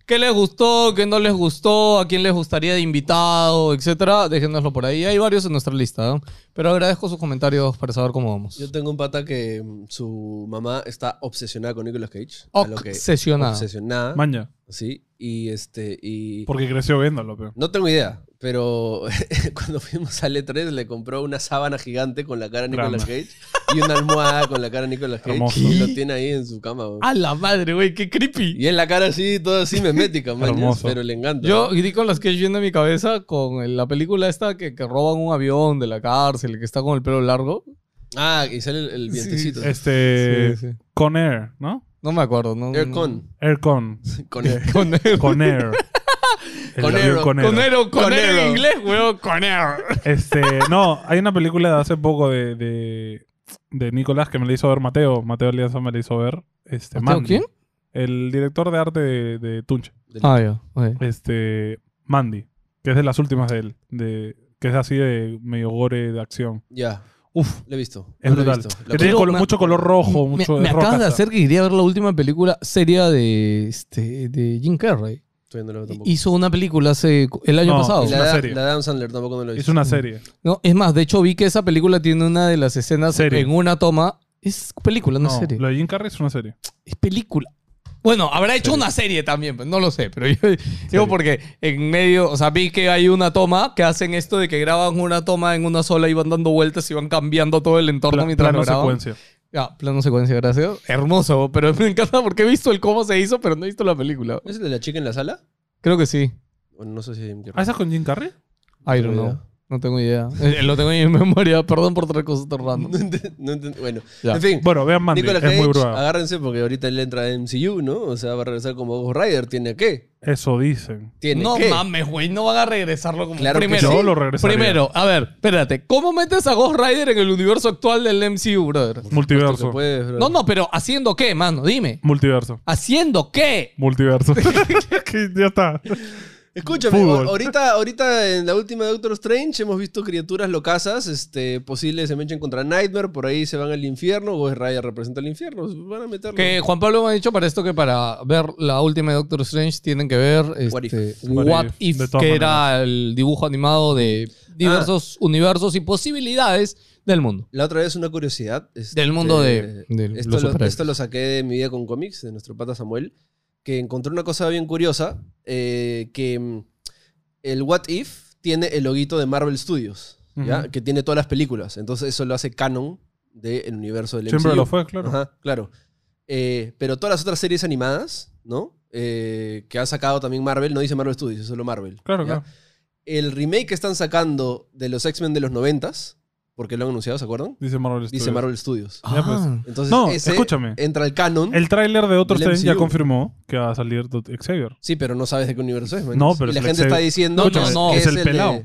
S2: ¿Qué les gustó? ¿Qué no les gustó? ¿A quién les gustaría de invitado? Etcétera. Déjenoslo por ahí. Hay varios en nuestra lista, ¿no? pero agradezco sus comentarios para saber cómo vamos.
S3: Yo tengo un pata que mm, su mamá está obsesionada con Nicolas Cage. a lo que-
S2: Obsesionada.
S3: Obsesionada.
S1: Maña,
S3: Sí. Y este. Y.
S1: porque creció viéndolo, pero.
S3: No tengo idea, pero cuando fuimos al E3 le compró una sábana gigante con la cara de
S1: Drama.
S3: Nicolas Cage y una almohada con la cara de Nicolas Cage
S1: Hermoso. Ah.
S3: y lo tiene ahí en su cama. weón.
S2: A la madre, güey, qué creepy.
S3: Y es la cara así, toda así memética, man,
S1: Hermoso.
S3: pero le encanta.
S2: Yo di con las que viendo en mi cabeza con la película esta que, que roban un avión de la cárcel, que está con el pelo largo.
S3: Ah, y sale el, el
S2: Sí,
S3: vientecito.
S1: Este.
S2: Sí, sí.
S1: Con Air, ¿no?
S2: No me acuerdo. No,
S3: Air
S2: no-
S3: con.
S1: Air Con.
S3: Con el-
S2: Con Air.
S1: Con Air. El
S3: Con
S1: avión
S3: Air.
S2: Con
S1: Air.
S2: Air. Con Air en
S3: Conero.
S2: inglés, weón. Con Air.
S1: Este, no, hay una película de hace poco de, de, de Nicolás que me la hizo ver Mateo. Mateo Alianza me la hizo ver. Este,
S2: ¿Mateo
S1: Mandy.
S2: quién?
S1: El director de arte de, de Tunche.
S2: Ah, ya. ok.
S1: Este, Mandy, que es de las últimas de él. De, que es así de medio gore de acción.
S3: Ya,
S1: Uf,
S3: lo he visto.
S1: es
S3: lo he
S1: brutal.
S3: visto.
S1: Que
S3: Lo-
S1: tiene
S2: Pero
S1: colo-
S2: me-
S1: mucho color rojo, mucho
S2: me
S1: es
S2: me acabas de
S1: roja.
S2: hacer que iría a ver la última película seria de, este, de Jim Carrey.
S3: Estoy viéndolo tampoco.
S2: Hizo una película hace, el año
S1: No,
S2: pasado.
S1: y
S3: la,
S1: una
S3: de-
S1: serie.
S3: la de Adam Sandler tampoco no lo he
S1: Es
S3: visto.
S1: una serie.
S2: No, es más, de hecho vi que esa película tiene una de las escenas
S1: Serie.
S2: en una toma. Es película, no,
S1: No,
S2: es serie.
S1: Lo de Jim Carrey es una serie.
S2: Es película. Bueno, habrá hecho
S1: Serie.
S2: una serie también, pues, no lo sé, pero yo digo porque en medio, o sea, vi que hay una toma que hacen esto de que graban una toma en una sola y van dando vueltas y van cambiando todo el entorno
S1: Pla-
S2: mientras
S1: plano
S2: lo graban.
S1: secuencia.
S2: Ah, plano secuencia, gracias. Hermoso, pero me encanta porque he visto el cómo se hizo, pero no he visto la película.
S3: ¿Es el de la chica en la sala?
S2: Creo que sí.
S3: O No sé si hay un-
S1: ¿Ah, esa es con Jim Carrey?
S2: I
S3: tengo
S2: don't know.
S3: idea.
S2: No tengo idea. Eh, lo tengo en mi memoria. Perdón por traer cosas tan
S3: No
S2: random.
S3: enten- no enten- Bueno,
S2: Ya.
S3: en fin.
S1: Bueno, vean Mandy,
S3: Nicolas
S1: es
S3: Cage,
S1: muy
S2: ah.
S1: brutal.
S3: agárrense porque ahorita él entra en MCU, ¿no? O sea, va a regresar como Ghost Rider. ¿Tiene qué?
S1: Eso dicen.
S3: ¿Tiene
S2: No
S3: qué?
S2: mames, güey. No van a regresarlo como
S3: Claro que
S2: primero.
S1: yo lo regresaría.
S2: Primero, a ver, espérate. ¿Cómo metes a Ghost Rider en el universo actual del MCU, brother?
S3: Porque
S1: Multiverso.
S3: puedes, bro.
S2: No, no, pero ¿haciendo qué, mano? Dime.
S1: Multiverso.
S2: ¿Haciendo qué?
S1: Multiverso. Que ya está.
S3: Escúchame,
S1: Fútbol.
S3: a- ahorita, ahorita en la última de Doctor Strange hemos visto criaturas locasas, este, posibles se mechan contra Nightmare, por ahí se van al infierno, Ghost Rider representa el infierno, van a meterlo.
S2: Que Juan Pablo me ha dicho para esto que para ver la última de Doctor Strange tienen que ver este, What
S3: What
S2: If,
S3: If.
S1: What If, de todas Ah.
S2: que era el dibujo animado de diversos universos y posibilidades del mundo.
S3: La otra vez una curiosidad. este,
S2: Del mundo de- de los
S3: esto, lo,
S2: superhéroes.
S3: esto lo saqué de mi vida con cómics, de nuestro pata Samuel, que encontré una cosa bien curiosa, eh, que mm, el What If tiene el loguito de Marvel Studios, ¿ya?
S1: Ujú.
S3: que tiene todas las películas, entonces eso lo hace canon del universo del
S1: Siempre
S3: MCU.
S1: lo fue, claro.
S3: Ajá, claro. Eh, pero todas las otras series animadas, ¿no? Eh, que ha sacado también Marvel, no dice Marvel Studios, es solo Marvel.
S1: Claro,
S3: ¿ya?
S1: claro.
S3: El remake que están sacando de los X-Men de los 90s, porque lo han anunciado, ¿se acuerdan?
S1: Dice Marvel
S3: Dice
S1: Studios.
S3: Marvel Studios.
S1: Ya, pues.
S2: Ah.
S3: Entonces,
S1: No,
S3: ese
S1: escúchame.
S3: entra al canon.
S1: El tráiler de Doctor
S3: Del
S1: Strange ya
S3: MCU.
S1: confirmó que va a salir Dot- Xavier.
S3: Sí, pero no sabes de qué universo es, man.
S1: No, pero
S3: Y la
S1: es el
S3: gente
S1: Xavier.
S3: está diciendo
S2: No, no, no,
S3: que
S1: es el
S3: de-
S1: pelao.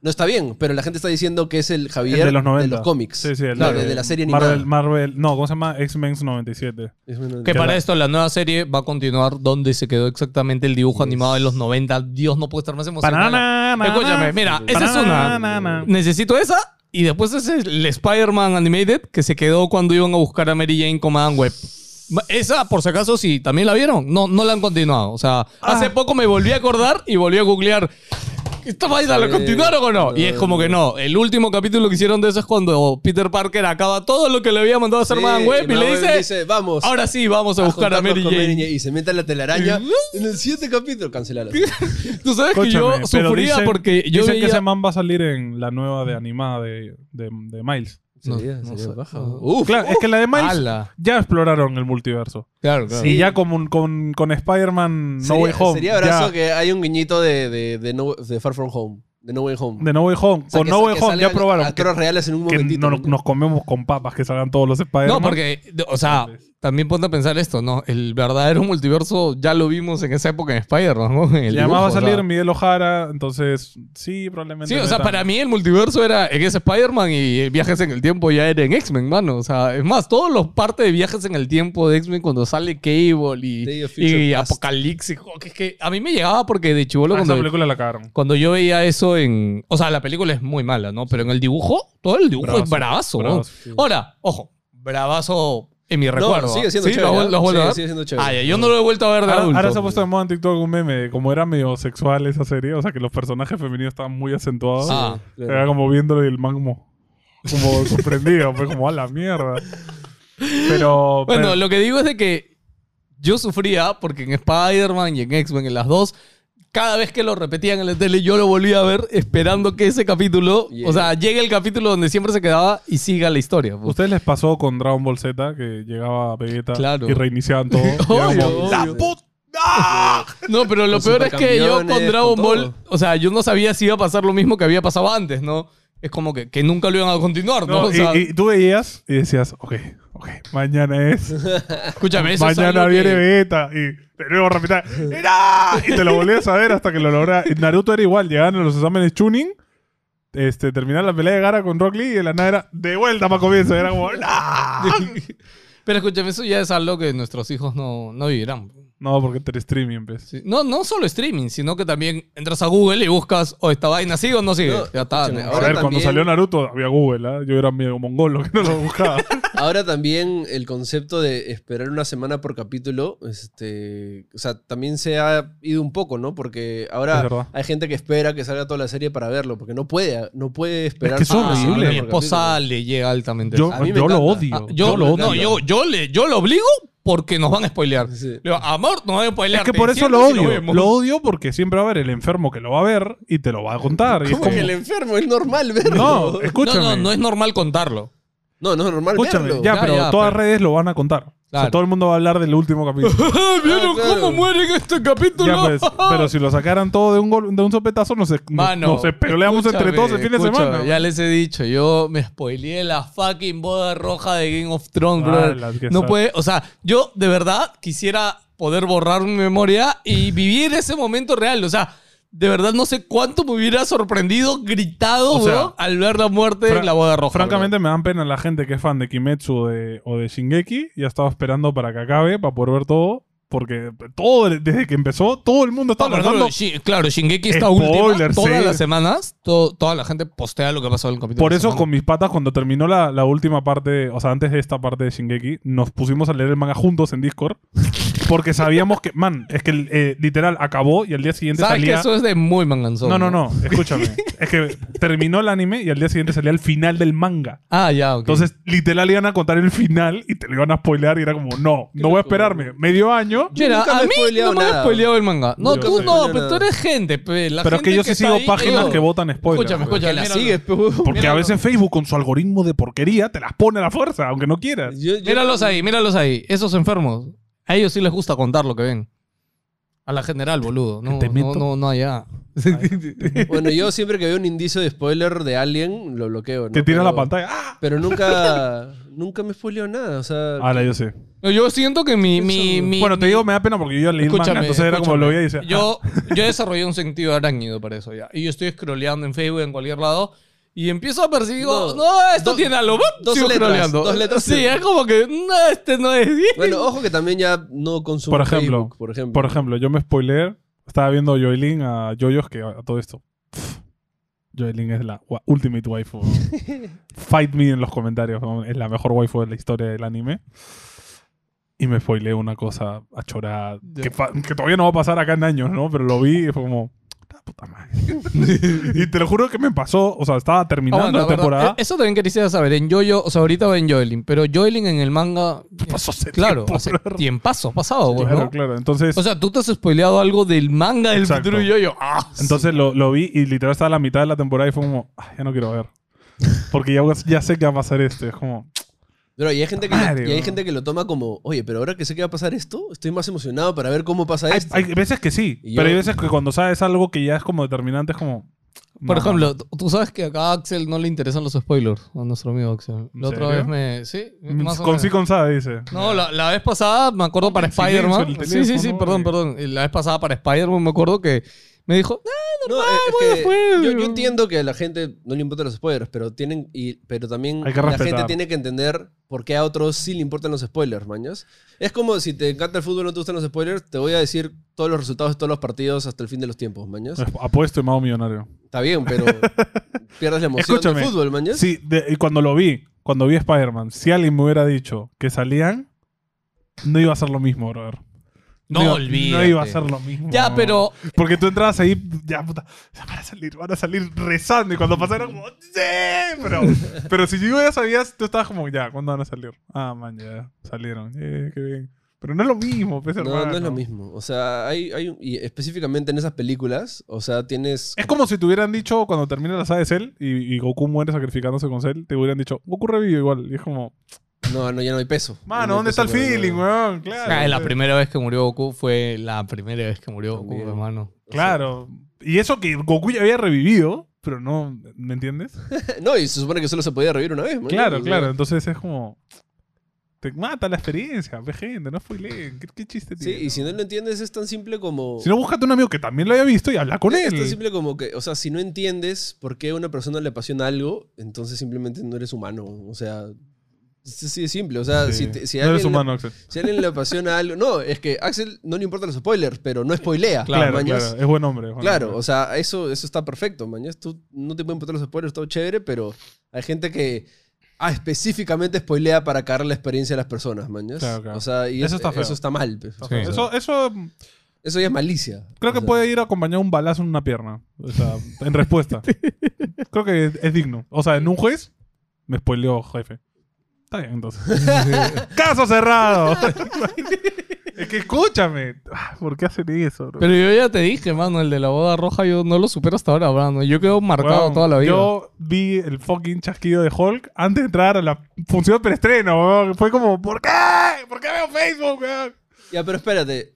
S3: No está bien, pero la gente está diciendo que es el Javier
S1: el de los 90.
S3: cómics.
S1: Sí, sí, el
S3: Claro, de, la serie animada.
S1: Marvel, Marvel, no, ¿cómo se llama? X-Men 97.
S3: Es una-
S2: Que
S1: Que
S2: para
S1: la-
S2: esto la nueva serie va a continuar donde se quedó exactamente el dibujo
S3: Yes.
S2: animado de los 90. Dios, no puede estar más emocionado.
S1: Banana, banana.
S2: Escúchame, mira, esa es
S1: Banana,
S2: una.
S1: banana.
S2: Necesito esa. Y después es el Spider-Man Animated que se quedó cuando iban a buscar a Mary Jane como Adam Web. Esa, por si acaso, sí,
S3: Ah.
S2: también la vieron. No, no la han continuado. O sea, hace poco me volví a acordar y volví a googlear. ¿Esta vaina la
S3: Sí.
S2: continuaron o no? Y es como que no. El último capítulo que hicieron de eso es cuando Peter Parker acaba todo lo que le había mandado a hacer
S3: Sí,
S2: Madame Web y
S3: Madame
S2: le
S3: Web
S2: dice,
S3: vamos.
S2: ahora sí, vamos a, buscar a Mary
S3: juntarnos con
S2: Jane.
S3: Y se mete en la telaraña en el siguiente capítulo. Cancelala.
S2: Tú sabes que
S1: Escúchame,
S2: yo
S1: pero
S2: sufría
S1: dicen-
S2: porque yo
S1: Dicen
S2: veía...
S1: que ese man va a salir en la nueva de animada de, de, de Miles.
S2: No,
S3: Sería-
S2: no
S3: sería
S2: sé.
S3: baja.
S2: No.
S3: Uf.
S1: Claro, es que la de Miles
S2: ¡Hala!
S1: ya exploraron el multiverso.
S2: Claro, claro.
S1: Y ya con, con, con Spider-Man No
S3: sería,
S1: Way Home.
S3: Sería brazo
S1: ya,
S3: que hay un guiñito de, de, de, no- de Far From Home. De No Way Home.
S1: De No Way Home.
S3: O sea,
S1: con
S3: que
S1: No
S3: sa-
S1: Way
S3: que
S1: Home ya
S3: salgan
S1: probaron que,
S3: Actores reales en un
S1: que
S3: momentito.
S1: no- nos comemos con papas que salgan todos los Spider-Man.
S2: No, porque, o sea, también ponte a pensar esto, ¿no? El verdadero multiverso ya lo vimos en esa época en Spider-Man, ¿no? En el
S1: Y además
S2: dibujo,
S1: va a salir
S2: o sea.
S1: Miguel Ojara, entonces sí, probablemente.
S2: Sí, o sea,
S1: metan-
S2: para mí el multiverso era en ese Spider-Man y eh, viajes en el tiempo ya era en X-Men, mano. O sea, es más, todos los partes de viajes en el tiempo de X-Men cuando sale Cable
S3: Day
S2: y,
S3: of Future
S2: y
S3: Past.
S2: Apocalipsis, jo, que es que a mí me llegaba porque de chivolo
S1: Ah, esa
S2: cuando,
S1: película la cagaron.
S2: cuando yo veía eso en... O sea, la película es muy mala, ¿no? Pero en el dibujo, todo el dibujo es
S1: Bravazo,
S2: bravazo. ¿no?
S1: bravazo,
S2: Ahora, ojo, bravazo en mi recuerdo. ¿ah?
S3: recuerdo. sigue siendo
S2: ¿Sí? ¿Lo
S3: chévere.
S2: vuel- lo vuelvo a
S3: ¿ah?
S2: ver?
S3: Sí, sigue siendo chévere.
S2: Ah, ya, yo no lo he vuelto a ver de
S1: Ahora,
S2: adulto.
S1: ahora se ha puesto de moda en TikTok un meme de como era medio sexual esa serie, o sea que los personajes femeninos estaban muy acentuados.
S2: Ah.
S3: Claro.
S1: Era como viéndolo y el man como, como sorprendido, fue como a la mierda. Pero,
S2: Bueno,
S1: pero-
S2: lo que digo es de que yo sufría porque en Spider-Man y en X-Men, en las dos, cada vez que lo repetían en la tele, yo lo volvía a ver esperando que ese capítulo,
S3: Yeah.
S2: o sea, llegue el capítulo donde siempre se quedaba y siga la historia. pues.
S1: ¿ustedes les pasó con Dragon Ball Z que llegaba Vegeta
S2: Claro.
S1: y reiniciaban todo?
S2: Obvio,
S1: Y era como,
S3: obvio.
S1: ¡La puta! ¡Ah!
S2: No, pero lo
S3: Los
S2: peor es que yo con
S3: supercampeones,
S2: Dragon
S3: con
S2: Ball,
S3: todo.
S2: o sea, yo no sabía si iba a pasar lo mismo que había pasado antes, ¿no? Es como que, que nunca lo iban a continuar, ¿no?
S1: No,
S2: O
S1: y,
S2: sea,
S1: y tú veías y decías, ok, ok, mañana es
S2: escúchame, eso es
S1: Mañana
S2: algo
S1: viene
S2: que-
S1: Vegeta y de nuevo repita ¡Era! Y te lo volvías a ver hasta que lo lograba. Y Naruto era igual, llegaban a los exámenes tuning, este, terminaban la pelea de Gara con Rock Lee y de la nada era de vuelta para comienzo. Era como ¡Ah!
S2: Pero escúchame, eso ya es algo que nuestros hijos no, no vivirán.
S1: No, porque entre streaming, pues.
S2: Sí. No, no solo streaming, sino que también entras a Google y buscas, o esta vaina sigue o no sigue.
S3: No,
S2: ya está.
S3: escúchame,
S2: ¿no?
S1: A
S3: ahora-
S1: ver, cuando
S3: también-
S1: salió Naruto había Google, ¿ah? Yo era medio mongolo que no lo buscaba.
S3: Ahora también el concepto de esperar una semana por capítulo, este, o sea, también se ha ido un poco, ¿no? Porque
S1: Es
S3: ahora
S1: verdad.
S3: hay gente que espera que salga toda la serie para verlo, porque no puede, no puede esperar.
S2: Ah,
S1: que es
S3: una semana
S1: horrible.
S2: Mi
S3: por
S2: esposa
S3: capítulo.
S2: le llega altamente.
S1: Yo,
S2: eso.
S3: A mí me
S1: yo lo
S3: encanta.
S1: odio.
S2: Ah, yo,
S1: yo lo odio.
S2: no, yo, yo, le, yo lo obligo porque nos van a spoilear.
S3: Sí.
S2: Le digo, amor, no van a spoilear.
S1: Es que
S2: te
S1: por eso
S2: sientas
S1: lo
S2: y
S1: odio.
S2: vemos".
S1: Lo odio porque siempre va a haber el enfermo que lo va a ver y te lo va a contar. Y es
S3: ¿Cómo que
S1: como-
S3: el enfermo? Es normal verlo.
S1: No, escúchame.
S2: No, no, no es normal contarlo.
S3: no, no es normal
S1: Escúchame,
S3: verlo.
S1: ya,
S2: Ya,
S1: pero
S2: ya,
S1: todas
S2: pero-
S1: redes lo van a contar. O sea,
S2: Claro.
S1: todo el mundo va a hablar del último capítulo.
S2: Ah, ¿Vieron
S3: claro.
S2: cómo muere en este capítulo?
S1: Ya, pues, pero si lo sacaran todo de un gol- de un sopetazo, nos, nos-
S2: Mano,
S1: nos peleamos
S2: escúchame,
S1: entre todos el fin de
S2: escúchame,
S1: semana.
S2: Ya les he dicho, yo me spoileé la fucking boda roja de Game of Thrones,
S1: Ah,
S2: brother.
S1: la que
S2: No
S1: sabe.
S2: puede, o sea, yo de verdad quisiera poder borrar mi memoria y vivir ese momento real. O sea, de verdad no sé cuánto me hubiera sorprendido, gritado,
S1: O sea,
S2: bro, al ver la muerte
S1: fra-
S2: en la boda roja.
S1: Francamente, me dan pena la gente que es fan de Kimetsu o de, o de Shingeki. Ya estaba esperando para que acabe, para poder ver todo. Porque todo, desde que empezó, todo el mundo
S2: bro.
S1: estaba
S2: No, pero
S1: lanzando.
S2: claro, Shi- claro, Shingeki está
S1: Spoiler,
S2: última. Todas
S1: sí.
S2: las semanas, to- toda la gente postea lo que pasó en el capítulo.
S1: Por
S2: de
S1: eso,
S2: semana.
S1: con mis patas, cuando terminó la, la última parte, o sea, antes de esta parte de Shingeki, nos pusimos a leer el manga juntos en Discord. Porque sabíamos que, man, es que eh, literal acabó y al día siguiente
S2: Sabes que
S1: salía.
S2: eso es de muy manganzón.
S1: No, no, no, escúchame. es que terminó el anime y al día siguiente salía el final del manga.
S2: Ah, ya, ok.
S1: Entonces, literal, iban a contar el final y te lo iban a spoilear y era como, no, no voy a esperarme medio año.
S3: Yo
S2: Mira,
S3: nunca
S2: a
S3: me he
S2: mí
S3: spoileado
S2: no me han
S3: nada.
S2: spoileado el manga. No,
S1: Yo
S2: tú
S1: sí.
S2: no,
S3: No,
S2: pero
S3: no.
S2: tú eres gente. pe. La
S1: Pero es
S2: gente
S1: que yo sí
S2: está
S1: sigo
S2: ahí,
S1: páginas
S2: yo-
S1: que votan spoilers.
S2: Escúchame,
S1: güey.
S2: escúchame.
S3: Que la
S2: mira,
S3: sigues, pe, huevón.
S1: Porque a
S2: Míralo.
S1: veces Facebook con su algoritmo de porquería te las pone a la fuerza, aunque no quieras.
S3: Yo- yo-
S2: Míralos ahí, míralos ahí. Esos enfermos. A ellos sí les gusta contar lo que ven. A la general, boludo. No,
S1: Te
S2: no,
S1: meto.
S2: no, no allá.
S3: Bueno, yo siempre que veo un indicio de spoiler de alguien, lo bloqueo. ¿no?
S1: Te tiran la
S3: Pero-
S1: pantalla. ¡Ah!
S3: Pero nunca, nunca me spoileó nada. O sea,
S1: Ahora yo sé.
S2: Yo siento que mi... mi, mi-
S1: Bueno, te
S2: mi-
S1: digo, me da pena porque yo ya leí el manga,
S2: Escúchame,
S1: entonces era como
S2: escúchame.
S1: lo veía y decía. "Ah".
S2: Yo, yo desarrollé un sentido arácnido para eso ya. Y yo estoy scrolleando en Facebook, en cualquier lado. Y empiezo a percibir, digo, no,
S3: No.
S2: esto
S3: Do-
S2: tiene algo. ¡Bum!
S3: dos
S2: Sigo
S3: letras,
S2: scrolleando.
S3: dos letras.
S2: Sí, es como que, no, este no es.
S3: bueno, ojo que también ya no consumo
S1: Por ejemplo,
S3: Facebook, por ejemplo.
S1: "Ah, Por ejemplo, yo me spoileé. Estaba viendo Joelin a Yoyos que a todo esto. Pff, Joelin es la wa- ultimate waifu. weón. Fight me en los comentarios. weón. Es la mejor waifu de la historia del anime. Y me spoileé una cosa a chorar.
S2: Ya.
S1: Que, fa- que todavía no va a pasar acá en años, ¿no? Pero lo vi y fue como. "Ah, puta". puta madre. y te lo juro que me pasó, o sea, estaba terminando
S2: Aguanta,
S1: la
S2: aguanta.
S1: temporada.
S2: Eh, Eso también quería saber. En Jojo, o sea, ahorita va en Joelin, pero Joelin en el manga. eh,
S1: Pasó hace
S2: Claro,
S1: tiempo,
S2: hace
S1: claro.
S2: tiempazo ha pasado, güey,
S1: Claro,
S2: ¿no?
S1: claro. Entonces,
S2: O sea, tú te has spoileado algo del manga del
S1: Exacto.
S2: futuro Jojo. Ah,
S1: entonces lo, lo vi y literal estaba a la mitad de la temporada y fue como, "Ah, ya no quiero ver. Porque ya, ya sé que va a pasar esto. y Es como,
S3: Pero y hay, gente que lo-
S1: Madre,
S3: y hay
S1: weón.
S3: gente que lo toma como, oye, pero ahora que sé que va a pasar esto, estoy más emocionado para ver cómo pasa
S1: hay,
S3: esto.
S1: hay veces que sí,
S3: Y
S1: pero
S3: yo-
S1: hay veces que cuando sabes algo que ya es como determinante, es como.
S2: Por
S1: no.
S2: ejemplo, t- tú sabes que acá a Axel no le interesan los spoilers, a nuestro amigo Axel.
S1: ¿En
S2: La otra
S1: serio? Mm,
S2: vez me. Sí, más o
S1: con sí,
S2: menos.
S1: con sabe, dice.
S2: No, la, la vez pasada me acuerdo para
S1: El silencio,
S2: Spider-Man.
S1: el
S2: Sí, sí, sí,
S1: teléfono, eh.
S2: perdón,
S1: y-
S2: perdón. Y La vez pasada para Spider-Man me acuerdo que me dijo, "Ah,
S3: No, es
S2: voy
S3: que
S2: después,
S1: pues.
S3: yo, yo
S2: weón.
S3: entiendo que a la gente no le importan los spoilers, pero tienen y pero también
S1: Hay que
S3: la
S1: respetar.
S3: gente tiene que entender por qué a otros sí le importan los spoilers, mañas. Es como si te encanta el fútbol no te gustan los spoilers, te voy a decir todos los resultados de todos los partidos hasta el fin de los tiempos, mañas.
S1: Ah. Apuesto y mago millonario.
S3: Está bien, pero pierdes la emoción
S1: Escúchame.
S3: del fútbol, mañas.
S1: Sí, de- y cuando lo vi, cuando vi Spider-Man, si alguien me hubiera dicho que salían, no iba a ser lo mismo, brother.
S2: No,
S1: iba- No
S2: olvídate.
S1: iba a ser lo mismo.
S2: ya, pero
S1: Porque tú entrabas ahí, ya, puta, ya van a salir, van a salir rezando. Y cuando pasaron, como, ¡sí! Pero, pero si yo ya sabías, tú estabas como, ya, ¿cuándo van a salir? Ah, man, ya, salieron. Eh, qué bien. Pero no es lo mismo, pues,
S3: No,
S1: hermano.
S3: no es lo mismo. O sea, hay, hay un- y específicamente en esas películas, o sea, tienes
S1: Es como si te hubieran dicho cuando termina la saga de Cell y, y Goku muere sacrificándose con Cell, te hubieran dicho, Goku revive igual. Y es como,
S3: no, no ya no hay peso.
S1: mano,
S3: No hay
S1: ¿dónde está el
S3: peso, no, no, no.
S1: feeling, weón? Claro.
S2: Ah, la
S1: pues.
S2: primera vez que murió Goku fue la primera vez que murió Goku,
S3: También.
S2: hermano.
S1: Claro. Y eso que Goku ya había revivido, pero no, ¿me entiendes?
S3: No, y se supone que solo se podía revivir una vez, man.
S1: Claro,
S3: O sea,
S1: claro. Entonces es como. Te mata la experiencia, ve gente, no spoileen. ¿Qué, qué chiste
S3: Sí,
S1: tiene?
S3: y si no lo entiendes es tan simple como...
S1: Si no, búscate un amigo que también lo haya visto y habla con
S3: es tan
S1: él.
S3: simple como que, o sea, si no entiendes por qué a una persona le apasiona algo, entonces simplemente no eres humano. O sea, es así de simple. O sea,
S1: Sí.
S3: si, te- si
S1: no eres
S3: alguien le-
S1: humano, Axel.
S3: si a alguien le apasiona algo... No, es que a Axel no le importan los spoilers, pero no spoilea.
S1: Claro, claro,
S3: mañas.
S1: Es buen hombre. es buen
S3: Claro,
S1: hombre.
S3: o sea, eso, eso está perfecto, mañas. Tú no te pueden botar los spoilers, todo chévere, pero hay gente que ah, específicamente spoilea para cagar la experiencia de las personas, mañas.
S1: Claro, claro.
S3: O sea, y
S1: Eso
S3: es-
S1: está feo.
S3: Eso está mal. pues.
S1: Está
S2: Sí.
S1: feo.
S3: O sea,
S1: Eso, eso mm,
S3: eso ya es malicia.
S1: creo
S3: O
S1: que
S3: sea,
S1: puede ir acompañado de un balazo en una pierna. O sea, en respuesta. creo que es, es digno. O sea, en un juez me spoileó, jefe. Está bien, entonces. ¡Caso cerrado! es que escúchame. Ah, ¿Por qué hacen eso, bro?
S2: Pero yo ya te dije, mano, el de la boda roja yo no lo supero hasta ahora, mano. Yo quedo marcado
S1: Weón,
S2: toda la vida.
S1: Yo vi el fucking chasquido de Hulk antes de entrar a la función de preestreno. weón. Fue como, ¿por qué? ¿Por qué veo Facebook? weón?"
S3: Ya, pero espérate.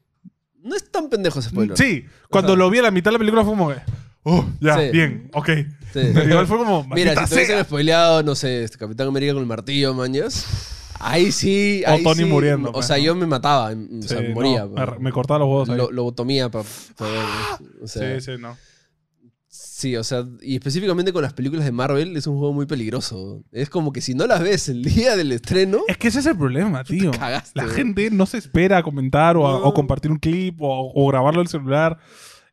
S3: No es tan pendejo ese spoiler.
S1: Sí, cuando
S3: Ajá.
S1: lo vi a la mitad de la película fue como, que, "Uh, ya,
S3: Sí.
S1: bien, ok.
S3: Sí.
S1: Pero igual fue como,
S3: Mira,
S1: "Maldita
S3: si te hubiesen
S1: sea".
S3: spoileado, no sé, este, Capitán América con el martillo, mañas. Ahí sí.
S1: O
S3: ahí
S1: Tony
S3: sí,
S1: muriendo,
S3: O
S1: pues,
S3: sea,
S1: ¿no?
S3: yo me mataba. O
S1: Sí,
S3: sea,
S1: no,
S3: moría. pues.
S1: me arra- me cortaba los huevos ahí.
S3: Lo- lobotomía para. o sea,
S1: sí, sí, no.
S3: Sí, o sea, y específicamente con las películas de Marvel es un juego muy peligroso. Es como que si no las ves el día del estreno,
S1: Es que ese es el problema, tío.
S3: cagaste.
S1: La gente no se espera a comentar o, a-
S3: No.
S1: o compartir un clip o, o grabarlo en el celular.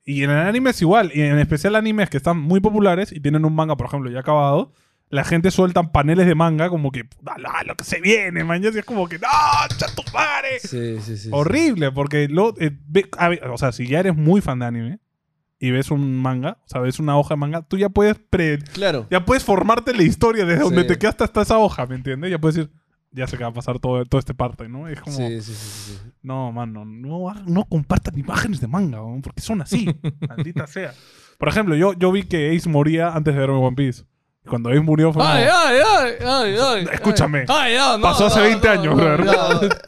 S1: Y en el anime es igual. Y en especial animes que están muy populares y tienen un manga, por ejemplo, ya acabado. La gente suelta paneles de manga como que, "Dale, ah, lo que se viene, man. Y es como que, no, chatumare.
S3: Sí, sí, sí.
S1: Horrible, porque lo, eh, ve- a ver, o sea, si ya eres muy fan de anime y ves un manga, o sea, ves una hoja de manga, tú ya puedes pre-
S3: Claro.
S1: ya puedes formarte la historia desde
S3: Sí.
S1: donde te quedaste hasta esa hoja, ¿me entiendes? Ya puedes decir, ya sé que va a pasar todo, todo este parte, ¿no? Es como,
S3: Sí, sí, sí, sí, sí.
S1: no, mano, no, ha- no compartan imágenes de manga, weón, porque son así, maldita sea. Por ejemplo, yo, yo vi que Ace moría antes de verme One Piece. Y cuando Ace murió fue
S2: Ay,
S1: como,
S2: ay, ay, ay, ay.
S1: Escúchame.
S2: Ay, ay, no,
S1: Pasó hace
S2: no,
S1: 20
S2: no,
S1: años,
S2: no,
S1: brother.
S2: no.